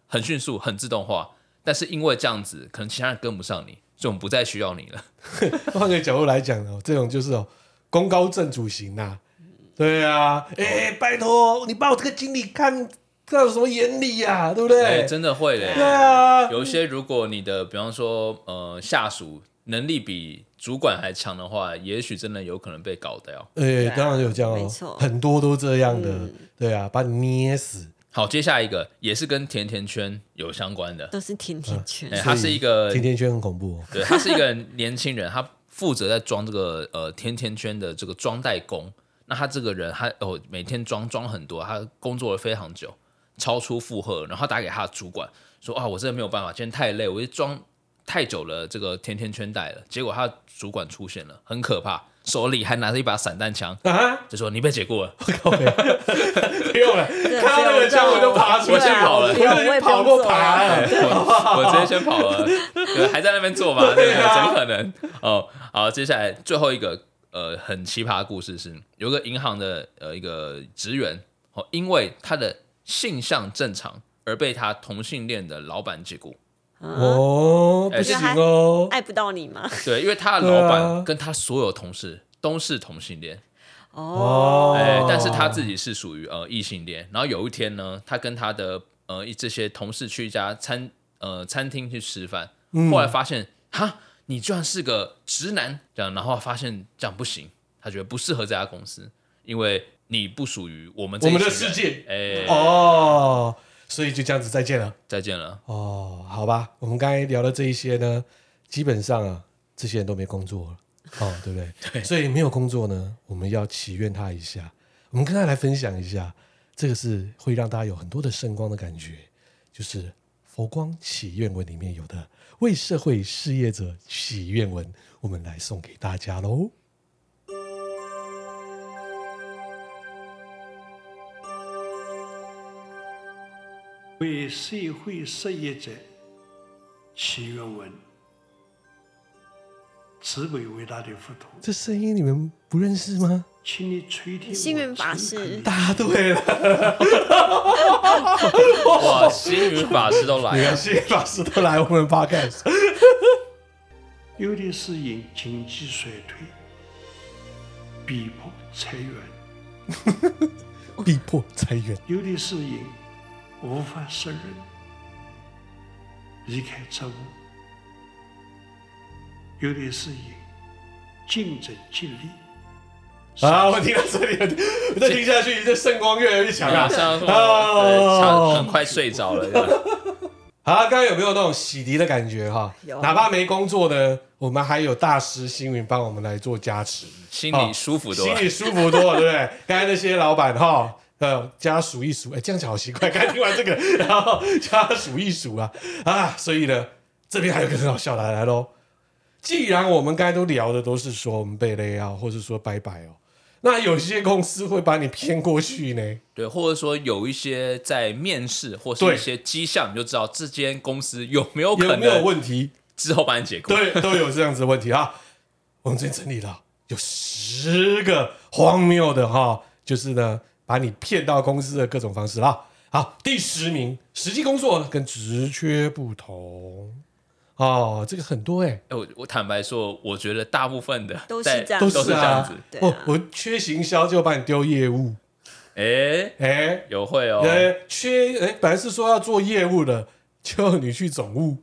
Speaker 2: 很迅速，很自动化，但是因为这样子，可能其他人跟不上你，所以我们不再需要你了。
Speaker 1: *laughs* 换个角度来讲呢，这种就是哦，功高震主型呐、对啊，哎、拜托你把我这个经理看看到什么眼里呀、对不
Speaker 2: 哎
Speaker 1: 对？
Speaker 2: *laughs* 真的会嘞。
Speaker 1: 对 *laughs* 啊，
Speaker 2: 有一些如果你的，比方说呃下属能力比主管还强的话，也许真的有可能被搞掉。
Speaker 1: 哎、
Speaker 3: 啊
Speaker 1: 当然有这样
Speaker 3: 没
Speaker 1: 哦
Speaker 3: 错，嗯
Speaker 1: 很多都这样的，对啊，把你捏死，
Speaker 2: 好，接下一个也是跟甜甜圈有相关的，
Speaker 3: 都是甜甜圈
Speaker 2: 哎，，他是一个
Speaker 1: 甜甜圈很恐怖哦，
Speaker 2: 对，他是一个年轻人，他负责在装这个呃甜甜圈的这个装袋工。那他这个人，他哦每天装装很多，他工作了非常久，超出负荷，然后他打给他的主管说啊，我真的没有办法，今天太累，我就装太久了这个甜甜圈袋了。结果他的主管出现了，很可怕，手里还拿着一把散弹枪，
Speaker 1: 啊，
Speaker 2: 就说你被解雇了。 *laughs*
Speaker 1: 靠北不用了，看到那个枪我就爬出
Speaker 2: 我
Speaker 1: 去
Speaker 2: 先跑了
Speaker 1: 我
Speaker 3: 啊我
Speaker 1: 就
Speaker 3: 也不
Speaker 1: 跑
Speaker 3: 用
Speaker 1: 过
Speaker 3: 做
Speaker 1: 爬
Speaker 3: 了。
Speaker 1: 了。
Speaker 2: 我我直接先跑
Speaker 1: *laughs*
Speaker 2: 了，对还在那边做嘛？对
Speaker 1: 对
Speaker 2: 不对，
Speaker 1: 啊
Speaker 2: 怎么可能？哦，好，接下来最后一个呃很奇葩的故事是，有个银行的呃一个职员哦，因为他的性向正常而被他同性恋的老板解雇。
Speaker 3: 嗯，
Speaker 1: 哦，不行哦，
Speaker 3: 爱不到你吗？
Speaker 2: 对，因为他的
Speaker 1: 对啊
Speaker 2: 老板跟他所有同事都是同性恋，
Speaker 1: 哦
Speaker 3: 哦，
Speaker 2: 哎、但是他自己是属于呃异性恋。然后有一天呢，他跟他的呃一这些同事去一家餐呃餐厅去吃饭，后来发现哈，你居然是个直男，这样，然后发现这样不行，他觉得不适合这家公司，因为你不属于我们这一
Speaker 1: 我们的
Speaker 2: 群人
Speaker 1: 世界
Speaker 2: 哎、
Speaker 1: 哦，所以就这样子再见了。
Speaker 2: 再见了，
Speaker 1: 哦，好吧，我们刚才聊的这一些呢，基本上啊，这些人都没工作了，哦，对不对？所以没有工作呢，我们要祈愿他一下，我们跟他来分享一下，这个是会让大家有很多的圣光的感觉，就是佛光祈愿文里面有的为社会事业者祈愿文，我们来送给大家喽。
Speaker 4: 为社会事业者祈愿文，慈悲伟大的佛陀，
Speaker 1: 这声音你们不认识吗？
Speaker 4: 请你垂听我
Speaker 3: 星云法师
Speaker 4: 诚恳的
Speaker 1: 答对了，
Speaker 2: 哇，星云法师都来
Speaker 1: 你看 *laughs*
Speaker 2: 了，
Speaker 1: 谢谢老师都来我们 podcast。
Speaker 4: 有的是因经济衰退、逼迫裁员，
Speaker 1: 逼迫 *laughs* 裁员，
Speaker 4: 有的是因无法胜任离开职务，有的是因竞争尽力。
Speaker 1: 啊！我听到这里了，我再听下去，这圣光越来越强
Speaker 2: 马
Speaker 1: 啊！
Speaker 2: 上
Speaker 1: 哦
Speaker 2: 对，很快睡着了，这样
Speaker 1: 好，刚刚有没有那种洗涤的感觉哈？
Speaker 3: 有
Speaker 1: 哪怕没工作呢，我们还有大师星云帮我们来做加持，
Speaker 2: 心里舒服多
Speaker 1: 心
Speaker 2: 了。
Speaker 1: 里舒服多了，对不对？刚才那些老板哈。呃，家数一数，哎，这样讲好奇怪。刚才听完这个，然后家数一数啊啊，所以呢，这边还有一个很好笑的来喽。既然我们刚才都聊的都是说我们被勒啊，或是说拜拜哦，那有些公司会把你骗过去呢。
Speaker 2: 对，或者说有一些在面试或是
Speaker 1: 对
Speaker 2: 一些迹象，你就知道这间公司有没有可
Speaker 1: 有没有
Speaker 2: 能
Speaker 1: 问题？
Speaker 2: 之后把你解雇。
Speaker 1: 对，都有这样子的问题啊。我们这边整理了有十个荒谬的哈，就是呢把你骗到公司的各种方式啦。好，第十名，实际工作跟职缺不同哦，这个很多哎、
Speaker 2: 哎，我我坦白说，我觉得大部分的
Speaker 3: 都是
Speaker 2: 在
Speaker 3: 这样
Speaker 2: 都
Speaker 3: 子
Speaker 1: 是啊
Speaker 2: 这样子。
Speaker 3: 对
Speaker 1: 哦
Speaker 3: 啊，
Speaker 1: 我缺行销就把你丢业务，
Speaker 2: 哎，
Speaker 1: 哎、
Speaker 2: 有会哦，
Speaker 1: 呃，缺哎、本来是说要做业务的，就你去总务，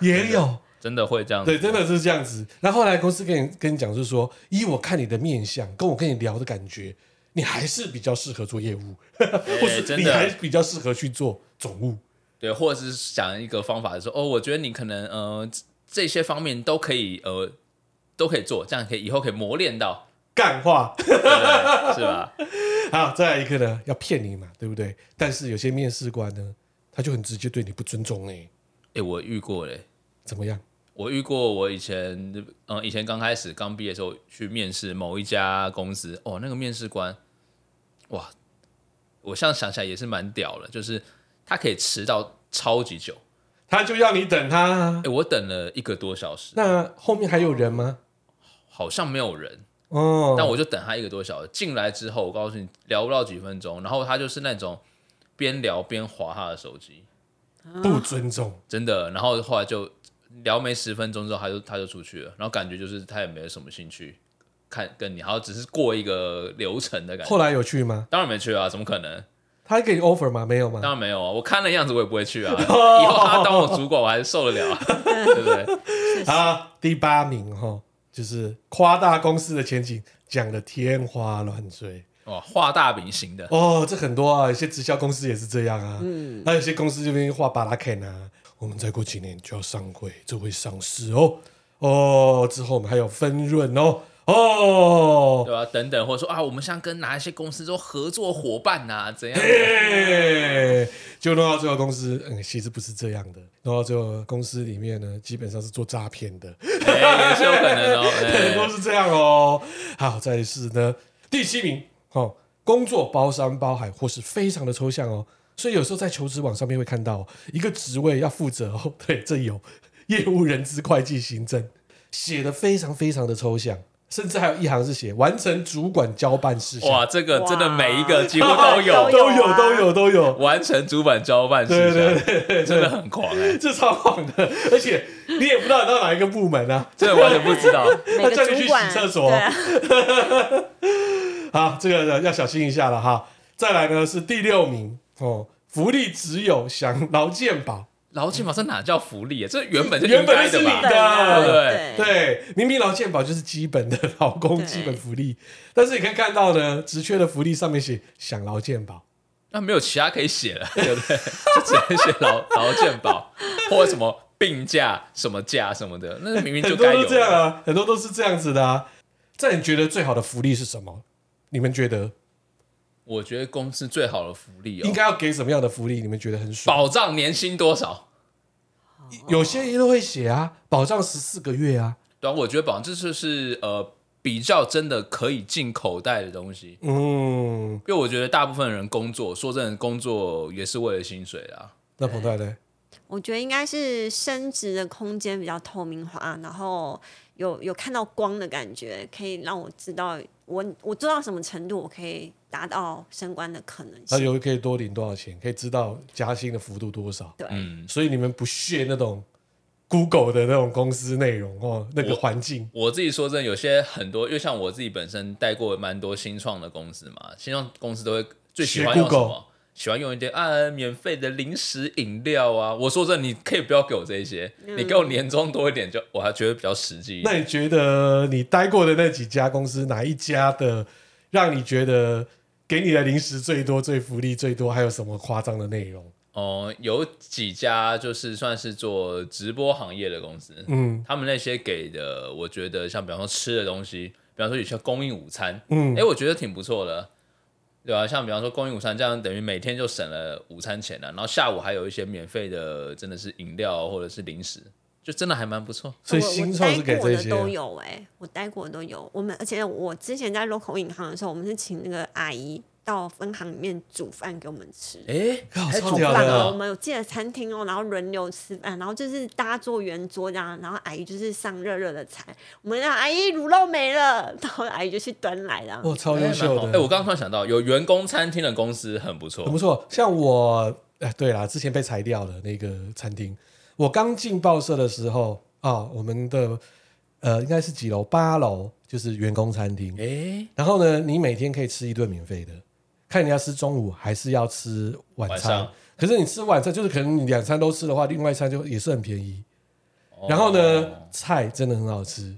Speaker 1: 也有。
Speaker 2: 真的会这样子。
Speaker 1: 对，真的是这样子。那后来公司跟你跟你讲，就是说，依我看你的面相，跟我跟你聊的感觉，你还是比较适合做业务， *laughs* 或是
Speaker 2: 哎真
Speaker 1: 你
Speaker 2: 的
Speaker 1: 还比较适合去做总务。
Speaker 2: 对，或者是想一个方法说，哦，我觉得你可能呃这这些方面都可以呃都可以做，这样可以以后可以磨练到，
Speaker 1: 干话 *laughs*
Speaker 2: 对不对是吧？
Speaker 1: 好，再来一个呢，要骗你嘛，对不对？但是有些面试官呢，他就很直接对你不尊重哎、
Speaker 2: 哎，我遇过嘞。
Speaker 1: 怎么样？
Speaker 2: 我遇过，我以前，嗯，以前刚开始刚毕业的时候去面试某一家公司，哦，那个面试官，哇，我现在想起来也是蛮屌的，就是他可以迟到超级久，
Speaker 1: 他就要你等他啊、
Speaker 2: 哎，我等了一个多小时，
Speaker 1: 那后面还有人吗？
Speaker 2: 好像没有人，
Speaker 1: 哦，
Speaker 2: 但我就等他一个多小时。进来之后，我告诉你，聊不到几分钟，然后他就是那种边聊边划他的手机，啊
Speaker 1: 不尊重。
Speaker 2: 真的。然后后来就聊没十分钟之后，他就他就出去了，然后感觉就是他也没有什么兴趣看跟你，好像只是过一个流程的感觉。
Speaker 1: 后来有去吗？
Speaker 2: 当然没去啊，怎么可能？
Speaker 1: 他给你 offer 吗？没有吗？
Speaker 2: 当然没有啊！我看那样子，我也不会去啊。以后他当我主管，我还是受得了啊，对不对？
Speaker 1: *laughs* 啊，第八名哈，就是夸大公司的前景，讲的天花乱坠。
Speaker 2: 哇，哦画大饼型的，
Speaker 1: 哦，这很多啊，有些直销公司也是这样啊。嗯，还有些公司这边画巴拉肯啊，我们再过几年就要上柜，就会上市哦。哦，之后我们还有分润哦，哦，
Speaker 2: 对吧、等等，或者说啊，我们想跟哪一些公司做合作伙伴呐、怎样？
Speaker 1: 哎，就弄到最后公司，嗯，其实不是这样的，弄到最后公司里面呢，基本上是做诈骗的，
Speaker 2: 哎也是有可能哦。
Speaker 1: *laughs* 对，都
Speaker 2: 哎
Speaker 1: 是这样哦。好，再是呢，第七名哦，工作包山包海或是非常的抽象哦，所以有时候在求职网上面会看到、哦、一个职位要负责哦， *laughs* 对，这有业务、人资、会计、行政，写的非常非常的抽象，甚至还有一行是写完成主管交办事项，
Speaker 2: 哇，这个真的
Speaker 3: 哇
Speaker 2: 每一个几乎都
Speaker 3: 都
Speaker 2: 有啊
Speaker 3: 有
Speaker 1: 都有
Speaker 3: 啊
Speaker 1: 都有都有，
Speaker 2: 完成主板交办事项，真 *laughs* 的很狂哎、
Speaker 1: 这超晃的，而且你也不知道你到哪一个部门啊。
Speaker 2: 真的完全不知道。 *laughs*
Speaker 3: 每
Speaker 1: 叫你
Speaker 3: 个
Speaker 1: 去
Speaker 3: 主
Speaker 1: 洗
Speaker 3: 管
Speaker 1: 厕所
Speaker 3: 对啊
Speaker 1: 好，这个要小心一下了哈。再来呢是第六名哦，福利只有享劳健保，
Speaker 2: 劳健保这哪叫福利啊？这原本就
Speaker 1: 原
Speaker 2: 应
Speaker 1: 本
Speaker 2: 该
Speaker 1: 是
Speaker 2: 的
Speaker 1: 你
Speaker 2: 吧
Speaker 1: 的？
Speaker 3: 对
Speaker 2: 对
Speaker 1: 对，明明劳健保就是基本的劳工基本
Speaker 3: 对
Speaker 1: 福利，但是你可以看到呢，职缺的福利上面写享劳健保，
Speaker 2: 那没有其他可以写了，对不对？ *laughs* 就只能写劳 *laughs* 劳健保或者什么病假、什么假什么的，那明明就
Speaker 1: 很多
Speaker 2: 该
Speaker 1: 都
Speaker 2: 有
Speaker 1: 这样
Speaker 2: 的。
Speaker 1: 啊，很多都是这样子的啊。在你觉得最好的福利是什么？你们觉得
Speaker 2: 我觉得公司最好的福利哦，
Speaker 1: 应该要给什么样的福利？你们觉得很爽？
Speaker 2: 保障年薪多少？
Speaker 1: 有些人都会写啊，保障十四个月啊，
Speaker 2: 对、啊，我觉得保障这就是呃比较真的可以进口袋的东西，
Speaker 1: 嗯，
Speaker 2: 因为我觉得大部分人工作，说真的，工作也是为了薪水啦。
Speaker 1: 那彭太呢？
Speaker 3: 我觉得应该是升值的空间比较透明化，然后有有看到光的感觉，可以让我知道我我做到什么程度，我可以达到升官的可能
Speaker 1: 他
Speaker 3: 性。
Speaker 1: 有可以多领多少钱，可以知道加薪的幅度多少。
Speaker 3: 对，
Speaker 2: 嗯，
Speaker 1: 所以你们不屑那种 Google 的那种公司内容哦，那个
Speaker 2: 我
Speaker 1: 环境。
Speaker 2: 我自己说真的，有些很多，因为像我自己本身带过蛮多新创的公司嘛，新创公司都会最喜欢
Speaker 1: 学
Speaker 2: 用什
Speaker 1: Google
Speaker 2: 么？喜欢用一些啊免费的零食饮料啊。我说真的，你可以不要给我这一些，你给我年终多一点就，我还觉得比较实际一
Speaker 1: 那
Speaker 2: 点。
Speaker 1: 你觉得你待过的那几家公司，哪一家的让你觉得给你的零食最多、最福利最多，还有什么夸张的内容？
Speaker 2: 哦、有几家就是算是做直播行业的公司，
Speaker 1: 嗯
Speaker 2: 他们那些给的，我觉得像比方说吃的东西，比方说有些供应午餐，
Speaker 1: 嗯
Speaker 2: 哎、，我觉得挺不错的，对吧、像比方说供应午餐，这样等于每天就省了午餐钱啊了、然后下午还有一些免费的，真的是饮料或者是零食，就真的还蛮不错。
Speaker 1: 所以
Speaker 3: 我
Speaker 1: 新创是给
Speaker 3: 我
Speaker 1: 这
Speaker 3: 待过
Speaker 1: 些啊
Speaker 3: 的都有哎、我待过的都有。我们而且我之前在 local 银行的时候，我们是请那个阿姨到分行里面煮饭给我们吃。
Speaker 2: 哎、
Speaker 1: 靠
Speaker 2: 还
Speaker 1: 超
Speaker 2: 煮
Speaker 1: 屌
Speaker 2: 饭
Speaker 1: 的
Speaker 3: 哦，我
Speaker 2: 啊！
Speaker 3: 们有记得餐厅哦，然后轮流吃饭，然后就是大家坐圆桌这样，然后阿姨就是上热热的菜，我们让阿姨卤肉没了，然后阿姨就去端来了。
Speaker 1: 哇，哦超优秀
Speaker 2: 哎、
Speaker 1: 的，
Speaker 2: 我刚刚突然想到，有员工餐厅的公司很不错
Speaker 1: 很不，错。像我，哎，对啦，之前被裁掉了那个餐厅，我刚进报社的时候啊、我们的呃应该是几楼？八楼就是员工餐厅。
Speaker 2: 哎、
Speaker 1: 然后呢，你每天可以吃一顿免费的，看你要吃中午还是要吃晚餐。
Speaker 2: 晚上
Speaker 1: 可是你吃晚餐，就是可能你两餐都吃的话，另外一餐就也是很便宜。然后呢，
Speaker 2: 哦
Speaker 1: 菜真的很好吃，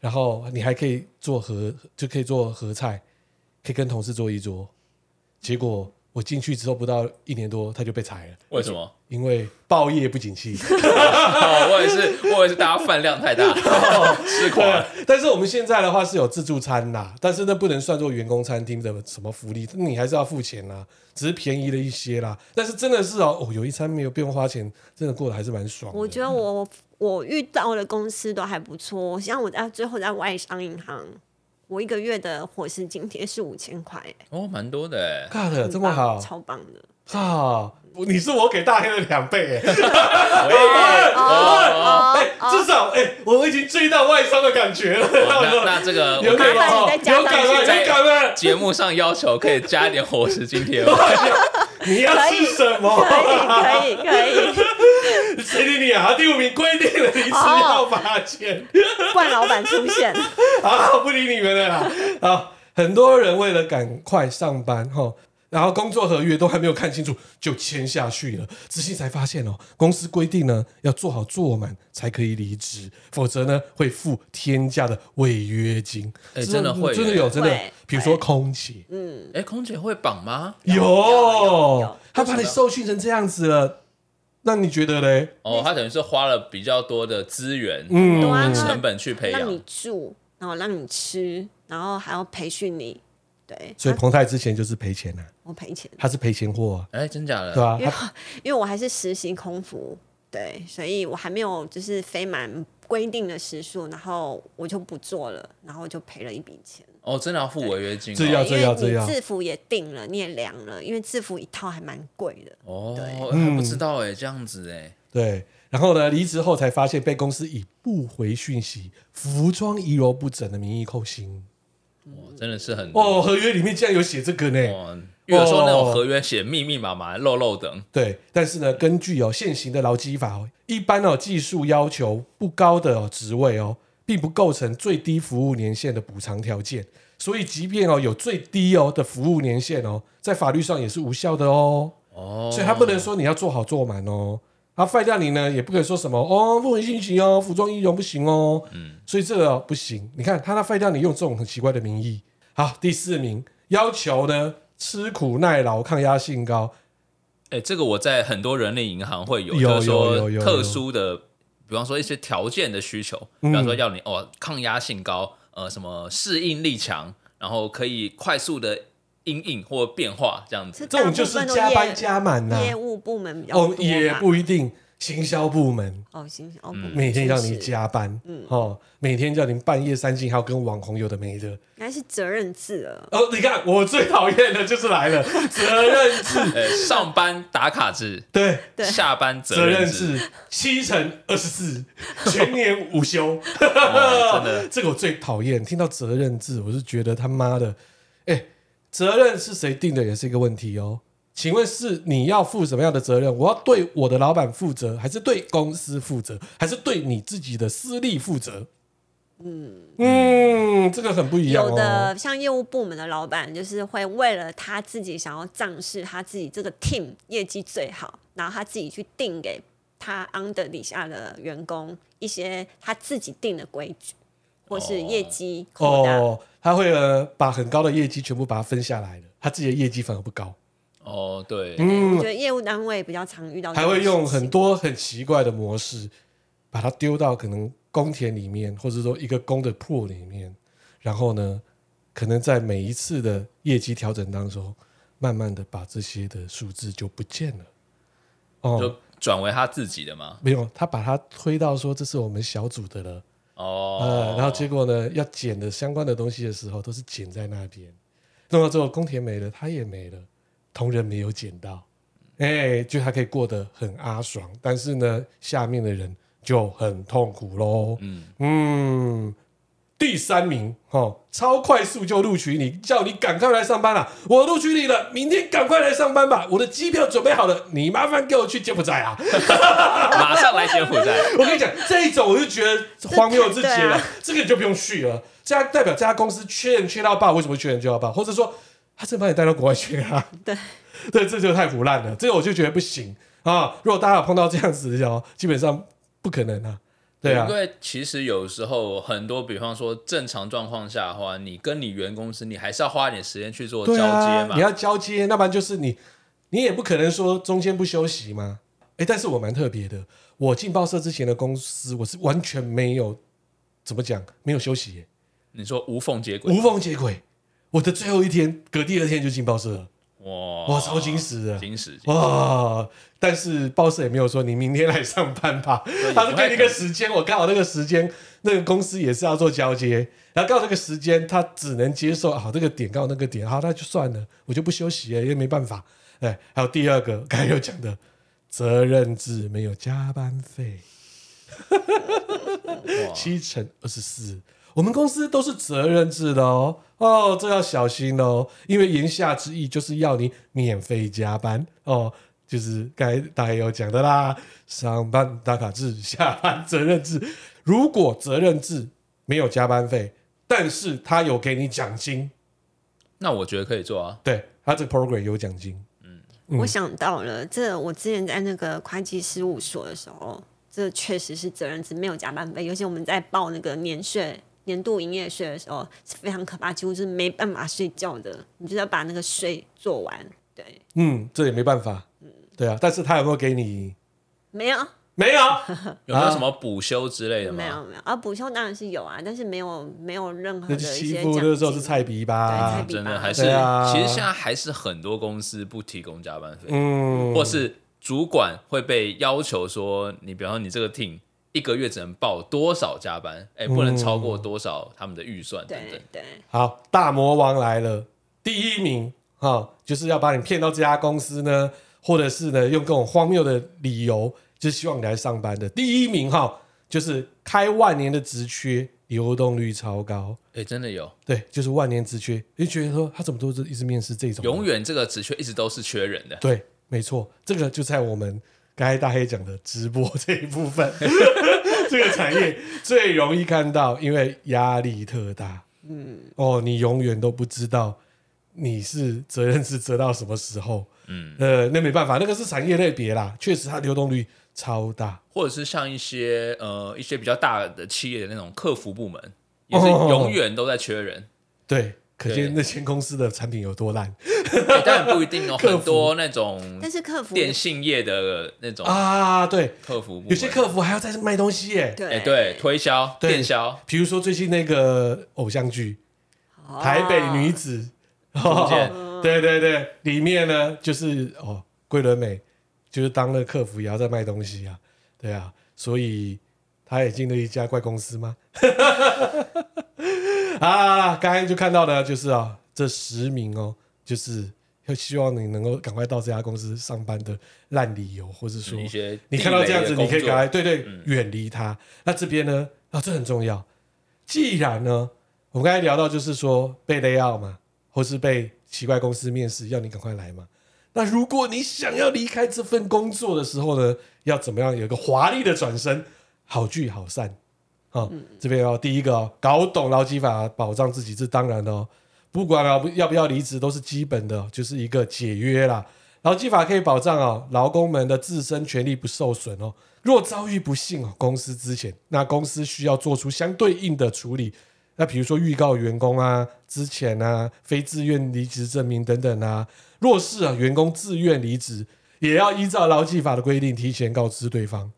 Speaker 1: 然后你还可以做合，就可以做合菜，可以跟同事坐一桌。结果我进去之后不到一年多，他就被裁了，
Speaker 2: 为什么？
Speaker 1: 因为报业不景气。
Speaker 2: 哦， *laughs* 我也是，我也是，大家饭量太大， *laughs* 吃垮了。
Speaker 1: 对， *laughs* 但是我们现在的话是有自助餐啦，但是那不能算作员工餐厅的什么福利，你还是要付钱啦，只是便宜了一些啦。但是真的是哦，哦有一餐没有不用花钱，真的过得还是蛮爽的。
Speaker 3: 我觉得我我遇到的公司都还不错，像我在最后在外商银行，我一个月的伙食津贴是五千块，哎
Speaker 2: 哦，蛮多的哎。
Speaker 1: God，
Speaker 3: 很
Speaker 1: 啊这么
Speaker 3: 棒
Speaker 1: 好
Speaker 3: 超棒的。
Speaker 1: 啊！我你是我给大黑的两倍哎、 *laughs*
Speaker 2: 哦
Speaker 1: 哎至少哎、我已经追到外商的感觉了。
Speaker 2: 那哦那这个
Speaker 1: 有
Speaker 2: 我
Speaker 1: 感
Speaker 2: 看
Speaker 3: 麻烦
Speaker 1: 了
Speaker 3: 你再加上
Speaker 1: 有感了，
Speaker 2: 去
Speaker 1: 有感了！
Speaker 2: 节目上要求可以加一点伙食津
Speaker 1: *laughs*
Speaker 2: 贴吗？
Speaker 1: 你要
Speaker 3: 可以
Speaker 1: 吃什么？
Speaker 3: 可
Speaker 1: *laughs*
Speaker 3: 以可以可以，
Speaker 1: 谁理你啊？第五名规定了，你只
Speaker 3: 哦
Speaker 1: 要罚钱。
Speaker 3: 冠老板出现，
Speaker 1: *laughs* 啊，不理你们了啦。啊，很多人为了赶快上班哈，吼然后工作合约都还没有看清楚就签下去了，仔细才发现哦，公司规定呢要做好做满才可以离职，否则呢会付天价的违约金。
Speaker 2: 哎真的会耶
Speaker 1: 真的有，真的有
Speaker 3: 会。
Speaker 1: 比如说空姐，
Speaker 3: 嗯，
Speaker 2: 哎，空姐会绑吗？
Speaker 1: 有
Speaker 3: 有有有，
Speaker 1: 他把你受训成这样子了，那你觉得嘞？
Speaker 2: 哦，他等于是花了比较多的资源、
Speaker 1: 嗯
Speaker 2: 哦
Speaker 3: 对啊
Speaker 2: 跟成本去
Speaker 1: 哎
Speaker 2: 培
Speaker 3: 让你
Speaker 2: 养，
Speaker 3: 住，然后让你吃，然后还要培训你。对，
Speaker 1: 所以
Speaker 3: 他
Speaker 1: 彭泰之前就是赔钱呐、啊，
Speaker 3: 我赔钱，
Speaker 1: 他是赔钱货、啊，
Speaker 2: 哎，真假的？
Speaker 1: 对吧、
Speaker 3: 因为
Speaker 1: 他
Speaker 3: 因为我还是实习空服，对，所以我还没有就是飞满规定的时数，然后我就不做了，然后就赔了一笔钱。
Speaker 2: 哦，真的要付违约金、哦？
Speaker 1: 啊这要
Speaker 3: 因为
Speaker 1: 这
Speaker 3: 你
Speaker 1: 样
Speaker 3: 制服也定了，你也量了，因为制服一套还蛮贵的。
Speaker 2: 哦，
Speaker 3: 对
Speaker 1: 嗯
Speaker 2: 还不知道哎，这样子哎，
Speaker 1: 对。然后呢，离职后才发现被公司以不回讯息、服装仪容不整的名义扣薪。
Speaker 2: 哇，
Speaker 3: 嗯
Speaker 2: 真的是很
Speaker 1: 哦，合约里面竟然有写这个呢。
Speaker 2: 哇，有时候那
Speaker 1: 哦
Speaker 2: 种合约写密密麻麻、漏漏等，
Speaker 1: 对，但是呢，根据哦现行的劳基法哦，一般哦技术要求不高的哦职位哦，并不构成最低服务年限的补偿条件，所以即便哦有最低哦的服务年限哦，在法律上也是无效的哦，
Speaker 2: 哦，
Speaker 1: 所以他不能说你要做好做满哦。他废掉你呢，也不可以说什么哦，不能信息哦，服装仪容不行哦，嗯，所以这个哦、不行。你看他那废掉你用这种很奇怪的名义。好，第四名要求呢，吃苦耐劳，抗压性高，
Speaker 2: 哎、这个我在很多人力银行会有，
Speaker 1: 有
Speaker 2: 就是说
Speaker 1: 有有有嗯
Speaker 2: 特殊的，比方说一些条件的需求，比方说要你哦抗压性高，呃，什么适应力强，然后可以快速的因应或变化这样子。
Speaker 1: 这种就是加班加满呐、
Speaker 3: 业务部门比较多
Speaker 1: 哦
Speaker 3: 嘛，
Speaker 1: 也不一定，行销部门
Speaker 3: 哦，行，哦，部门
Speaker 1: 每天叫
Speaker 3: 确
Speaker 1: 你
Speaker 3: 实，
Speaker 1: 加班，
Speaker 3: 嗯
Speaker 1: 哦，每天叫你半夜三更，还有跟网红有的没的。
Speaker 3: 应该是责任制了。
Speaker 1: 哦，你看我最讨厌的就是来了责任制，
Speaker 2: 呃，上班打卡制，
Speaker 1: *laughs* 对，
Speaker 3: 对
Speaker 2: 下班责
Speaker 1: 责任
Speaker 2: 制，
Speaker 1: 制七乘二十四，全年无 *laughs* 休。
Speaker 2: 哦哇真的
Speaker 1: *laughs* 这个我最讨厌，听到责任制，我是觉得他妈的，哎，责任是谁定的也是一个问题哦。请问是你要负什么样的责任？我要对我的老板负责，还是对公司负责，还是对你自己的私利负责？嗯嗯，这个很不一样哦。
Speaker 3: 有的像业务部门的老板，就是会为了他自己想要仗势他自己这个 team 业绩最好，然后他自己去定给他 under 底下的员工一些他自己定的规矩，或是业绩扩大。
Speaker 1: 哦，他会呃把很高的业绩全部把它分下来了，他自己的业绩反而不高。
Speaker 2: 哦，对，
Speaker 1: 嗯
Speaker 3: 我觉得业务单位比较常遇到这
Speaker 1: 还
Speaker 3: 种事
Speaker 1: 会
Speaker 3: 情，
Speaker 1: 用很多很奇怪的模式，把它丢到可能公田里面，或者说一个公的铺里面，然后呢，可能在每一次的业绩调整当中，慢慢的把这些的数字就不见了。哦，
Speaker 2: 就转为他自己的嘛。
Speaker 1: 没有，他把它推到说这是我们小组的了，
Speaker 2: 哦，
Speaker 1: 呃，然后结果呢，要减的相关的东西的时候，都是减在那边，弄到最后公田没了，他也没了，同仁没有减到，哎、就他可以过得很阿爽，但是呢，下面的人就很痛苦喽。嗯第三名哦，超快速就录取你，叫你赶快来上班啦、我录取你了，明天赶快来上班吧，我的机票准备好了，你麻烦给我去柬埔寨啊！
Speaker 2: 马上来柬埔寨。
Speaker 1: *laughs* 我跟你讲，这一种我就觉得荒谬至极
Speaker 3: 这对
Speaker 1: 了
Speaker 3: 啊，
Speaker 1: 这个你就不用续了。这家代表这家公司缺人缺到爆，为什么缺人缺到爆？或者说他真的把你带到国外去啊？
Speaker 3: 对
Speaker 1: *laughs* 对，这就太腐烂了，这个我就觉得不行啊！如果大家有碰到这样子的哦，基本上不可能啊。对啊
Speaker 2: 因，为其实有时候很多，比方说正常状况下的话，你跟你原公司，你还是要花点时间去做交
Speaker 1: 对
Speaker 2: 接
Speaker 1: 啊
Speaker 2: 嘛。，
Speaker 1: 你要交接，要不然就是你，你也不可能说中间不休息嘛。哎，但是我蛮特别的，我进报社之前的公司，我是完全没有怎么讲，没有休息耶、
Speaker 2: 你说无缝接轨，
Speaker 1: 无缝接轨。我的最后一天，隔第二天就进报社了，
Speaker 2: 哇
Speaker 1: 哇，超惊喜的，
Speaker 2: 哦惊喜！
Speaker 1: 哇！但是报社也没有说你明天来上班吧，他是给你一个时间，我刚好那个时间，那个公司也是要做交接，然后刚好那个时间他只能接受，啊好、这个点刚好那个点，好那就算了，我就不休息了，也没办法。哎，还有第二个刚才有讲的责任制没有加班费，七乘二十四。我们公司都是责任制的哦，哦，这要小心哦，因为言下之意就是要你免费加班哦，就是刚才大家有讲的啦，上班打卡制，下班责任制。如果责任制没有加班费，但是他有给你奖金，
Speaker 2: 那我觉得可以做啊。
Speaker 1: 对他这个 program 有奖金，嗯
Speaker 3: 我想到了，这我之前在那个会计事务所的时候，这确实是责任制，没有加班费。尤其我们在报那个年税、年度营业税的时候，是非常可怕，几乎是没办法睡觉的，你就要把那个税做完。对，嗯
Speaker 1: 嗯，这也没办法，对啊，但是他有没有给你
Speaker 3: 没有，
Speaker 1: 没
Speaker 3: *laughs*
Speaker 1: 有，
Speaker 2: 有没有什么补休之类的吗？
Speaker 3: 没有，没有。啊，补休当然是有啊，但是没有没有任何
Speaker 1: 那
Speaker 3: 的
Speaker 1: 就
Speaker 3: 一
Speaker 1: 欺
Speaker 3: 些
Speaker 1: 负那时候
Speaker 3: 奖
Speaker 1: 是
Speaker 3: 金。
Speaker 1: 菜皮
Speaker 3: 对
Speaker 1: 吧
Speaker 3: 菜皮？
Speaker 2: 真的还是，
Speaker 1: 对啊
Speaker 2: 其实现在还是很多公司不提供加班费，
Speaker 1: 嗯，
Speaker 2: 或是主管会被要求说，你比方说你这个 team 一个月只能报多少加班，哎、不能超
Speaker 1: 嗯
Speaker 2: 过多少他们的预算等等
Speaker 3: 对。对，
Speaker 1: 好，大魔王来了，第一名哈、就是要把你骗到这家公司呢，或者是呢用各种荒谬的理由，就是希望你来上班的。第一名哈、就是开万年的职缺，流动率超高，
Speaker 2: 哎、真的有，
Speaker 1: 对，就是万年职缺，你就觉得说他怎么都是一直面试这种人，
Speaker 2: 永远这个职缺一直都是缺人的。
Speaker 1: 对，没错，这个就在我们刚才大黑讲的直播这一部分，这个产业最容易看到，因为压力特大。嗯，哦，你永远都不知道你是责任是责到什么时候。嗯，呃，那没办法，那个是产业类别啦，确实它流动率超大。
Speaker 2: 或者是像一些呃一些比较大的企业的那种客服部门，也是
Speaker 1: 哦哦哦
Speaker 2: 永远都在
Speaker 1: *laughs*
Speaker 2: 缺人。
Speaker 1: 对，可
Speaker 2: 对
Speaker 1: 见那间公司的产品有多烂
Speaker 2: 哎当然不一定哦，
Speaker 1: 客服
Speaker 2: 很多那种
Speaker 3: 但是客服
Speaker 2: 电信业的那种
Speaker 1: 啊！对，
Speaker 2: 客服部门，
Speaker 1: 有些客服还要在这卖东西耶、
Speaker 3: 对、
Speaker 2: 哎、对，推销、
Speaker 1: 对
Speaker 2: 电销，
Speaker 1: 比如说最近那个偶像剧
Speaker 3: 哦
Speaker 1: 《台北女子》哦
Speaker 2: 福建
Speaker 1: 对对对，里面呢就是哦，桂纶镁就是当了客服也要在卖东西啊，对啊，所以他也进了一家怪公司吗？ *laughs* 啊，刚刚就看到的就是啊，这十名哦，就是要希望你能够赶快到这家公司上班的烂理由，或是说
Speaker 2: 一些
Speaker 1: 你看到
Speaker 2: 地
Speaker 1: 这
Speaker 2: 雷的
Speaker 1: 样子，你可以
Speaker 2: 工
Speaker 1: 赶
Speaker 2: 作
Speaker 1: 快
Speaker 2: 嗯
Speaker 1: 对对远离它。那这边呢？啊，这很重要。既然呢，我们刚才聊到就是说被 lay out 嘛，或是被奇怪公司面试要你赶快来嘛。那如果你想要离开这份工作的时候呢，要怎么样有一个华丽的转身？好聚好散啊、
Speaker 2: 嗯
Speaker 1: 哦这边哦，第一个哦，搞懂劳基法保障自己，这当然的哦。不管啊要不要离职，都是基本的，哦就是一个解约啦。劳基法可以保障哦，劳工们的自身权利不受损哦。若遭遇不幸哦，公司之前，那公司需要做出相对应的处理。那比如说预告员工啊、之前啊、非自愿离职证明等等啊。若是啊员工自愿离职，也要依照劳基法的规定提前告知对方。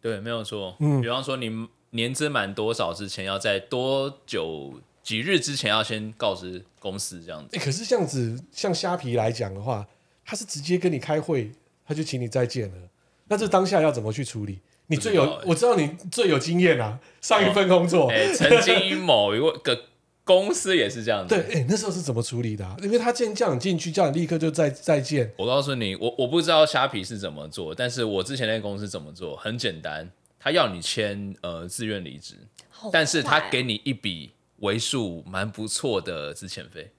Speaker 2: 对，没有错。
Speaker 1: 嗯
Speaker 2: 比方说你年资满多少之前，要在多久几日之前要先告知公司这样
Speaker 1: *laughs*
Speaker 2: 子。
Speaker 1: 欸可是这样子，像虾皮来讲的话，他是直接跟你开会，他就请你再见了。那这当下要怎么去处理？你最有，
Speaker 2: 不知道欸
Speaker 1: 我知道你最有经验啊，上一份工作，
Speaker 2: 哎、曾经某一个公司也是这样子。
Speaker 1: 对，哎、那时候是怎么处理的、啊？因为他既然叫你进去，叫你立刻就再再见，
Speaker 2: 我告诉你，我我不知道虾皮是怎么做，但是我之前那个公司怎么做，很简单，他要你签呃自愿离职，
Speaker 3: 好
Speaker 2: 但是
Speaker 3: 坏
Speaker 2: 他
Speaker 3: 哦
Speaker 2: 给你一笔为数蛮不错的资遣费。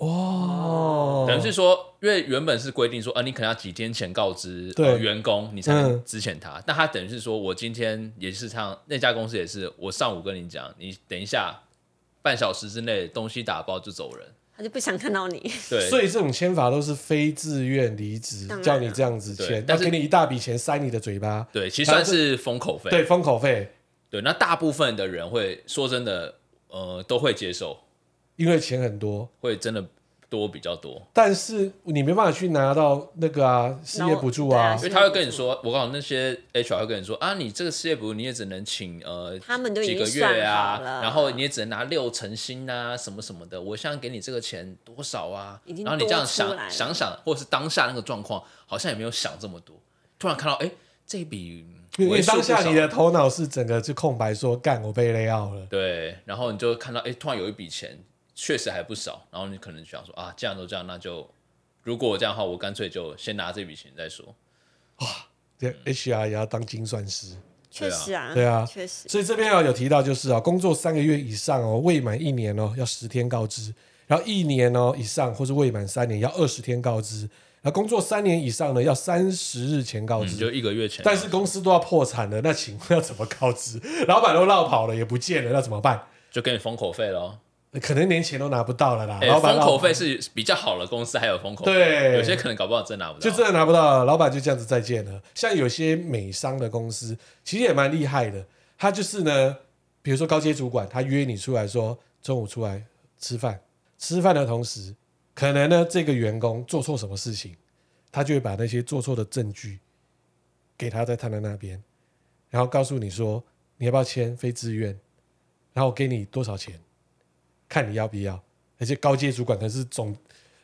Speaker 1: 哦，
Speaker 2: 等于是说，因为原本是规定说，啊，你可能要几天前告知
Speaker 1: 对
Speaker 2: 呃员工，你才能
Speaker 1: 嗯
Speaker 2: 支遣他。那他等于是说我今天也是像那家公司也是，我上午跟你讲，你等一下半小时之内东西打包就走人。
Speaker 3: 他就不想看到
Speaker 1: 啊
Speaker 3: 你。
Speaker 2: 对，
Speaker 1: 所以这种签法都是非自愿离职
Speaker 3: 当，然啊
Speaker 1: 叫你这样子
Speaker 2: 对
Speaker 1: 签，
Speaker 2: 但
Speaker 1: 他
Speaker 2: 是
Speaker 1: 给你一大笔钱塞你的嘴巴，
Speaker 2: 对，其实算是封口费。
Speaker 1: 对，封口费，
Speaker 2: 对那大部分的人会说真的，呃，都会接受，
Speaker 1: 因为钱很多，
Speaker 2: 会真的多比较多，
Speaker 1: 但是你没办法去拿到那个啊失业
Speaker 3: 劳
Speaker 1: 补助
Speaker 3: 对
Speaker 1: 啊
Speaker 3: 啊
Speaker 2: 因为他会跟你说，我告诉你那些 HR 会跟你说啊，你这个失业补助你也只能请呃
Speaker 3: 他们都已
Speaker 2: 几
Speaker 3: 经
Speaker 2: 个月
Speaker 3: 算好
Speaker 2: 啊，
Speaker 3: 了
Speaker 2: 然后你也只能拿六成薪啊，什么什么的。我现在给你这个钱多少啊
Speaker 3: 已？经
Speaker 2: 然后你这样
Speaker 3: 多出来
Speaker 2: 想想
Speaker 3: 了
Speaker 2: 想，或者是当下那个状况，好像也没有想这么多。突然看到，哎，这一笔
Speaker 1: 因
Speaker 2: 为
Speaker 1: 为
Speaker 2: 数
Speaker 1: 当
Speaker 2: 不
Speaker 1: 下
Speaker 2: 少
Speaker 1: 你的头脑是整个就空白说干我被 lay out 了，
Speaker 2: 对，然后你就看到，哎，突然有一笔钱，确实还不少。然后你可能想说啊，这样都这样，那就如果我这样的话，我干脆就先拿这笔钱再说。
Speaker 1: 这 HR 也要当精算师。
Speaker 3: 确实啊，
Speaker 1: 对啊
Speaker 3: 确实。
Speaker 1: 所以这边啊有提到就是啊，工作三个月以上哦，未满一年哦，要十天告知；然后一年哦以上，或是未满三年，要二十天告知；然后工作三年以上呢，要三十日前告
Speaker 2: 你
Speaker 1: 知。
Speaker 2: 嗯就一个月前，
Speaker 1: 嗯但是公司都要破产了，那请问要怎么告知？老板都绕跑了，也不见了，那怎么办？
Speaker 2: 就给你封口费喽。
Speaker 1: 可能连钱都拿不到了啦。
Speaker 2: 哎、
Speaker 1: 老板
Speaker 2: 封
Speaker 1: 绕
Speaker 2: 口
Speaker 1: 跑
Speaker 2: 费是比较好的公司还有封口费，
Speaker 1: 对
Speaker 2: 有些可能搞不好真拿不到。
Speaker 1: 就真的拿不到了，老板就这样子再见了。像有些美商的公司，其实也蛮厉害的，他就是呢，比如说高阶主管，他约你出来说中午出来吃饭，吃饭的同时，可能呢这个员工做错什么事情，他就会把那些做错的证据给他在他的那边，然后告诉你说你要不要签非自愿，然后我给你多少钱，看你要不要。而且高阶主管可能是总，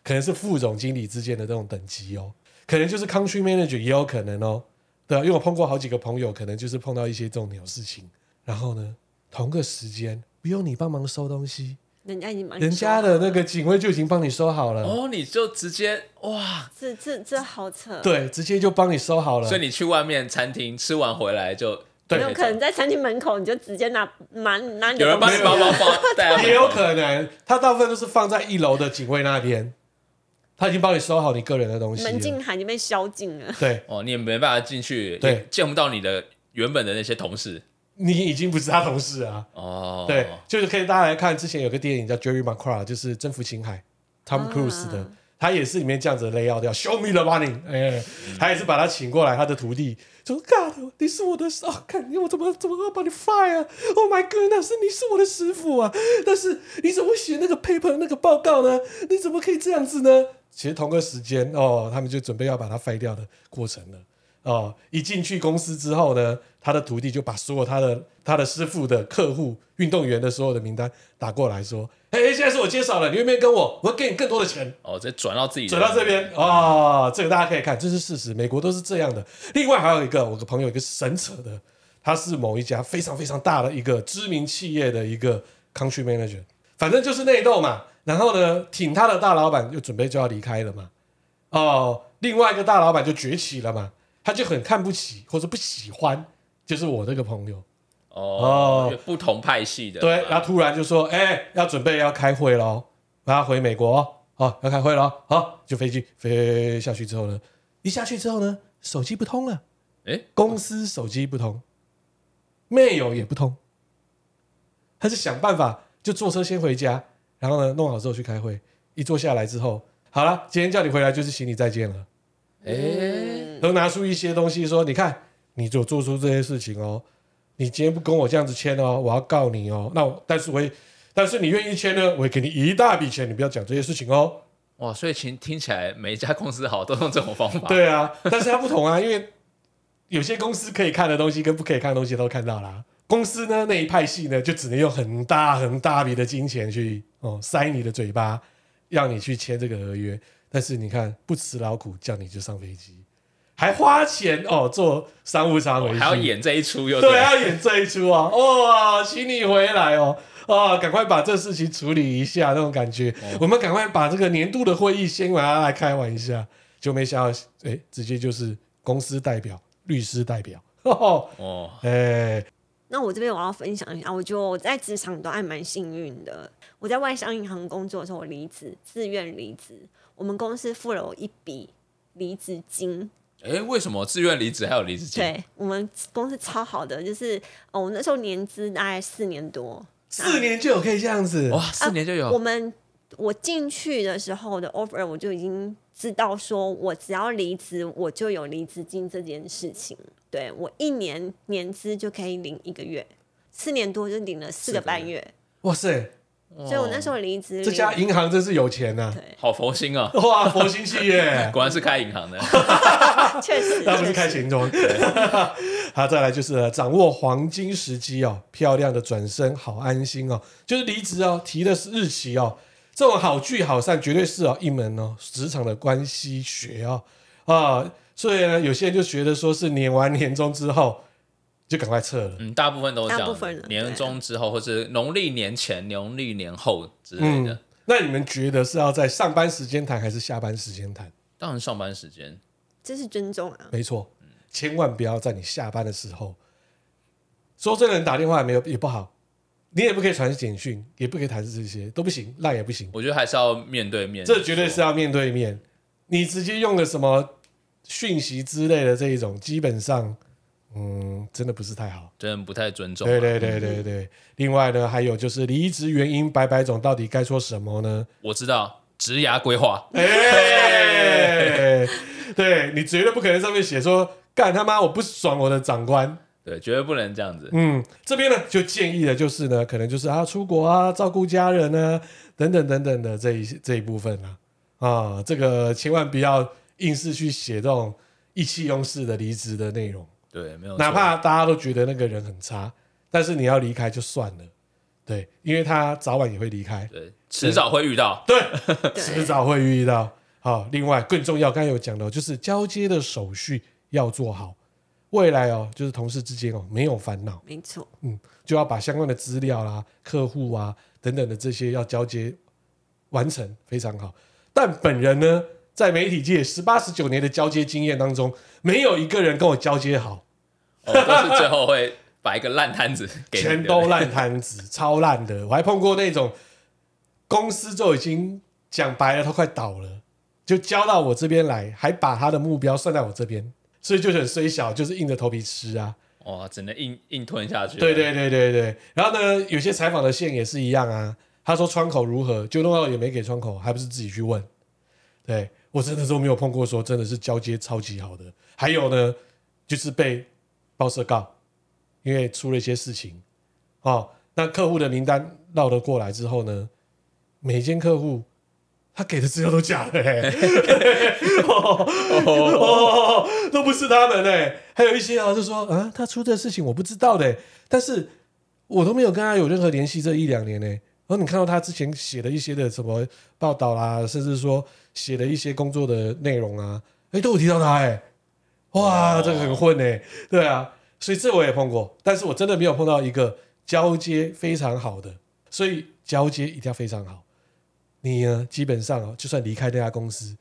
Speaker 1: 可能是副总经理之间的这种等级哦，可能就是 country manager 也有可能哦，对啊，因为我碰过好几个朋友，可能就是碰到一些这种鸟事情，然后呢，同个时间不用你帮忙收东西，
Speaker 3: 人家已经帮你
Speaker 1: 人家
Speaker 3: 收了
Speaker 1: 的那个警卫就已经帮你收好了。
Speaker 2: 啊哦，你就直接哇，
Speaker 3: 这这这好扯，，
Speaker 1: 对，直接就帮你收好了。
Speaker 2: 所以你去外面餐厅吃完回来就
Speaker 1: 对
Speaker 3: 有可能在餐厅门口你就直接拿拿拿你的
Speaker 2: 有人帮你
Speaker 3: 东西
Speaker 2: 包包放带到
Speaker 1: 也有可能，他大部分都是放在一楼的警卫那边，他已经帮你收好你个人的东西了。
Speaker 3: 门
Speaker 2: 啊
Speaker 3: 禁函已经被宵禁了，
Speaker 1: 对
Speaker 2: 哦，你也没办法进去，
Speaker 1: 对
Speaker 2: 也见不到你的原本的那些同事
Speaker 1: 你已经不是他同事啊。
Speaker 2: 哦。
Speaker 1: 对，就是可以大家来看，之前有个电影叫《Jerry m c r a 就是《征服青海》，Tom Cruise 的，他也是里面这样子的 layout 掉，Show me the money，哎、他也是把他请过来，他的徒弟就说：“God，你是我的，哦，看你我怎么怎么要把你 fire？Oh my God，那是你是我的师傅啊，但是你怎么会写那个 paper 那个报告呢？你怎么可以这样子呢？”其实同个时间哦，他们就准备要把他 fire 掉的过程了。哦，一进去公司之后呢，他的徒弟就把所有他的他的师傅的客户、运动员的所有的名单打过来说：“哎、现在是我介绍了，你愿不愿意跟我？我会给你更多的钱。
Speaker 2: 哦，直接转到自己”的
Speaker 1: 转到这边哦，这个大家可以看，这是事实，美国都是这样的。另外还有一个，我个朋友一个神扯的，他是某一家非常非常大的一个知名企业的一个 country manager，反正就是内斗嘛。然后呢，挺他的大老板就准备就要离开了嘛。哦，另外一个大老板就崛起了嘛，他就很看不起或者不喜欢，就是我这个朋友。
Speaker 2: 哦
Speaker 1: 哦，
Speaker 2: 有不同派系的
Speaker 1: 对，
Speaker 2: 嘛
Speaker 1: 然后突然就说：“哎、要准备要开会喽，我要回美国哦，哦，要开会喽，好、就飞机飞下去之后呢，一下去之后呢，手机不通了，
Speaker 2: 诶
Speaker 1: 公司手机不通，mail 也不通，他是想办法就坐车先回家，然后呢弄好之后去开会，一坐下来之后，好了，今天叫你回来就是行李再见了。”
Speaker 2: 诶，
Speaker 1: 都拿出一些东西说：“你看，你有做出这些事情哦，你今天不跟我这样子签哦，我要告你哦。那我但是我也，但是你愿意签呢，我会给你一大笔钱，你不要讲这些事情哦。
Speaker 2: 哇，所以其实听起来每一家公司好都用这种方法，哦
Speaker 1: 对啊，但是它不同啊， *laughs* 因为有些公司可以看的东西跟不可以看的东西都看到啦。公司呢那一派系呢，就只能用很大很大笔的金钱去哦塞你的嘴巴，让你去签这个合约。但是你看，不辞劳苦叫你就上飞机，还花钱哦做商务舱回去、
Speaker 2: 哦还要演这一出又
Speaker 1: 对，
Speaker 2: 了
Speaker 1: 要演这一出啊！哇，请你回来哦！啊，赶快把这事情处理一下，那种感觉。我们赶快把这个年度的会议先拿来开玩一下，就没想到，哎、直接就是公司代表、律师代表，哦，
Speaker 2: 哦，
Speaker 1: 哎、
Speaker 3: 那我这边我要分享一下，我觉得我在职场都还蛮幸运的。我在外商银行工作的时候，我离职，自愿离职，我们公司付了我一笔离职金。
Speaker 2: 诶，为什么自愿离职还有离职金？
Speaker 3: 对我们公司超好的，就是哦，我那时候年资大概四年多，
Speaker 1: 四年就有可以这样子
Speaker 2: 哇，，四年就
Speaker 3: 啊
Speaker 1: 哦
Speaker 3: 我
Speaker 2: 有
Speaker 3: 们我进去的时候的 offer 我就已经知道，说我只要离职，我就有离职金这件事情。对我一年年资就可以领一个月，四年多就领了四个半月，
Speaker 1: 哇塞，
Speaker 3: 所以我那时候离职，
Speaker 1: 哦这家银行真是有钱呐、
Speaker 3: 对
Speaker 2: 好佛心啊，，
Speaker 1: 哇，佛心企业
Speaker 2: 果然是开银行
Speaker 1: *laughs*
Speaker 2: 的。
Speaker 3: 确实，
Speaker 1: 那不是
Speaker 3: 确
Speaker 1: 开
Speaker 3: 实
Speaker 1: 钱庄。好，再来就是呃掌握黄金时机哦，漂亮的转身，好安心哦，就是离职哦，提的是日期哦，这种好聚好散绝对是哦一门哦职场的关系学哦啊，所以呢，有些人就觉得说是年完年终之后就赶快撤了，
Speaker 2: 嗯，大部分都是这
Speaker 3: 大
Speaker 2: 样
Speaker 3: 部分
Speaker 2: 的
Speaker 3: 人，
Speaker 2: 年
Speaker 3: 对
Speaker 2: 终之后，或是农历年前、农历年后之类的
Speaker 1: 嗯，，那你们觉得是要在上班时间谈还是下班时间谈？
Speaker 2: 当然上班时间
Speaker 3: 这是尊重啊。
Speaker 1: 没错，千万不要在你下班的时候。说真的，你打电话也没有也不好，你也不可以传简讯，也不可以谈这些，都不行，赖也不行，
Speaker 2: 我觉得还是要面对面说，
Speaker 1: 这绝对是要面对面。你直接用个什么讯息之类的这一种，基本上，嗯，真的不是太好。
Speaker 2: 真的不太尊重啊。
Speaker 1: 对对对对对。另外呢，还有就是离职原因，百百种，到底该说什么呢？
Speaker 2: 我知道职涯规划，
Speaker 1: 哎，对你绝对不可能上面写说，干他妈我不爽我的长官，
Speaker 2: 对，绝对不能这样子。
Speaker 1: 嗯，这边呢就建议的就是呢，可能就是啊出国啊，照顾家人啊，等等等等的这一这一部分啊，啊，这个千万不要硬是去写这种意气用事的离职的内容，
Speaker 2: 对，没有错
Speaker 1: 哪怕大家都觉得那个人很差，但是你要离开就算了，对，因为他早晚也会离开，
Speaker 2: 对，迟早会遇到。
Speaker 1: 对，迟
Speaker 3: 对
Speaker 1: 早会遇到。好，另外更重要，刚才有讲到，就是交接的手续要做好。未来哦，就是同事之间哦，没有烦恼，
Speaker 3: 没错，
Speaker 1: 就要把相关的资料啦、客户啊等等的这些要交接完成，非常好。但本人呢，在媒体界十八十九年的交接经验当中，没有一个人跟我交接好，
Speaker 2: 哦，都是最后会把一个烂摊子给你的
Speaker 1: 全都烂摊子，超烂的。我还碰过那种公司就已经讲白了，他快倒了，就交到我这边来，还把他的目标算在我这边，所以就很虽小，就是硬着头皮吃啊。
Speaker 2: 哇，只能硬硬吞下去。
Speaker 1: 对对对对对。然后呢，有些采访的线也是一样啊。他说窗口如何，就弄到也没给窗口，还不是自己去问。对我真的都没有碰过说真的是交接超级好的。还有呢，就是被报社告，因为出了一些事情哦。那客户的名单绕了过来之后呢，每一间客户他给的资料都假的、欸，哦，都不是他们哎、还有一些啊，就说啊，他出这事情我不知道的、但是我都没有跟他有任何联系这一两年呢、然后你看到他之前写的一些的什么报道啦，甚至说写的一些工作的内容啊，哎、都有提到他哎、哇，这个很混哎、对啊，所以这我也碰过，但是我真的没有碰到一个交接非常好的，所以交接一定要非常好。你呢，基本上哦，就算离开那家公司，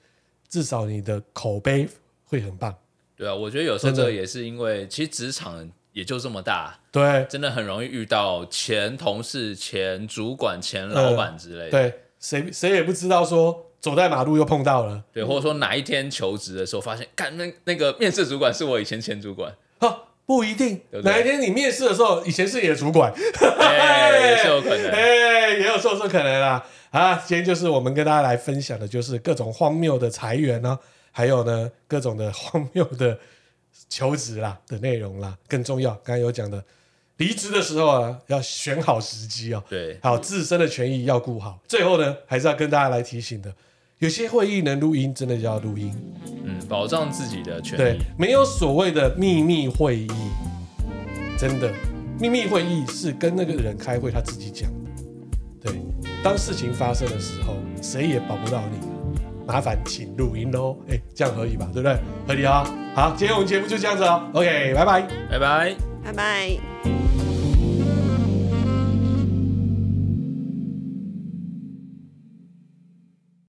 Speaker 1: 至少你的口碑会很棒。
Speaker 2: 对啊，我觉得有时候这
Speaker 1: 真
Speaker 2: 个
Speaker 1: 的
Speaker 2: 也是因为，其实职场也就这么大，
Speaker 1: 对
Speaker 2: 真的很容易遇到前同事、前主管、前老板之
Speaker 1: 嗯
Speaker 2: 类的。
Speaker 1: 对，谁谁也不知道说走在马路又碰到了
Speaker 2: 对，或者说哪一天求职的时候发现，干那那个面试主管是我以前前主管，
Speaker 1: 啊，不一定。
Speaker 2: 对不对
Speaker 1: 哪一天你面试的时候，以前是你的主管，
Speaker 2: 哎也是有可能。
Speaker 1: 哎、也有说说可能啦。啊，今天就是我们跟大家来分享的，就是各种荒谬的裁员呢、还有呢各种的荒谬的求职啦的内容啦。更重要，刚才有讲的，离职的时候啊，要选好时机哦。
Speaker 2: 对，
Speaker 1: 好，自身的权益要顾好。最后呢，还是要跟大家来提醒的，有些会议能录音，真的就要录音。
Speaker 2: 嗯，保障自己的权
Speaker 1: 对
Speaker 2: 益。，
Speaker 1: 没有所谓的秘密会议，真的，秘密会议是跟那个人开会，他自己讲的。对，当事情发生的时候，谁也保不到你，麻烦请录音喽。哎，这样合理吧？对不对？合理啊、好，今天我们节目就这样子哦。OK，拜拜。
Speaker 2: 拜拜。
Speaker 3: 拜拜。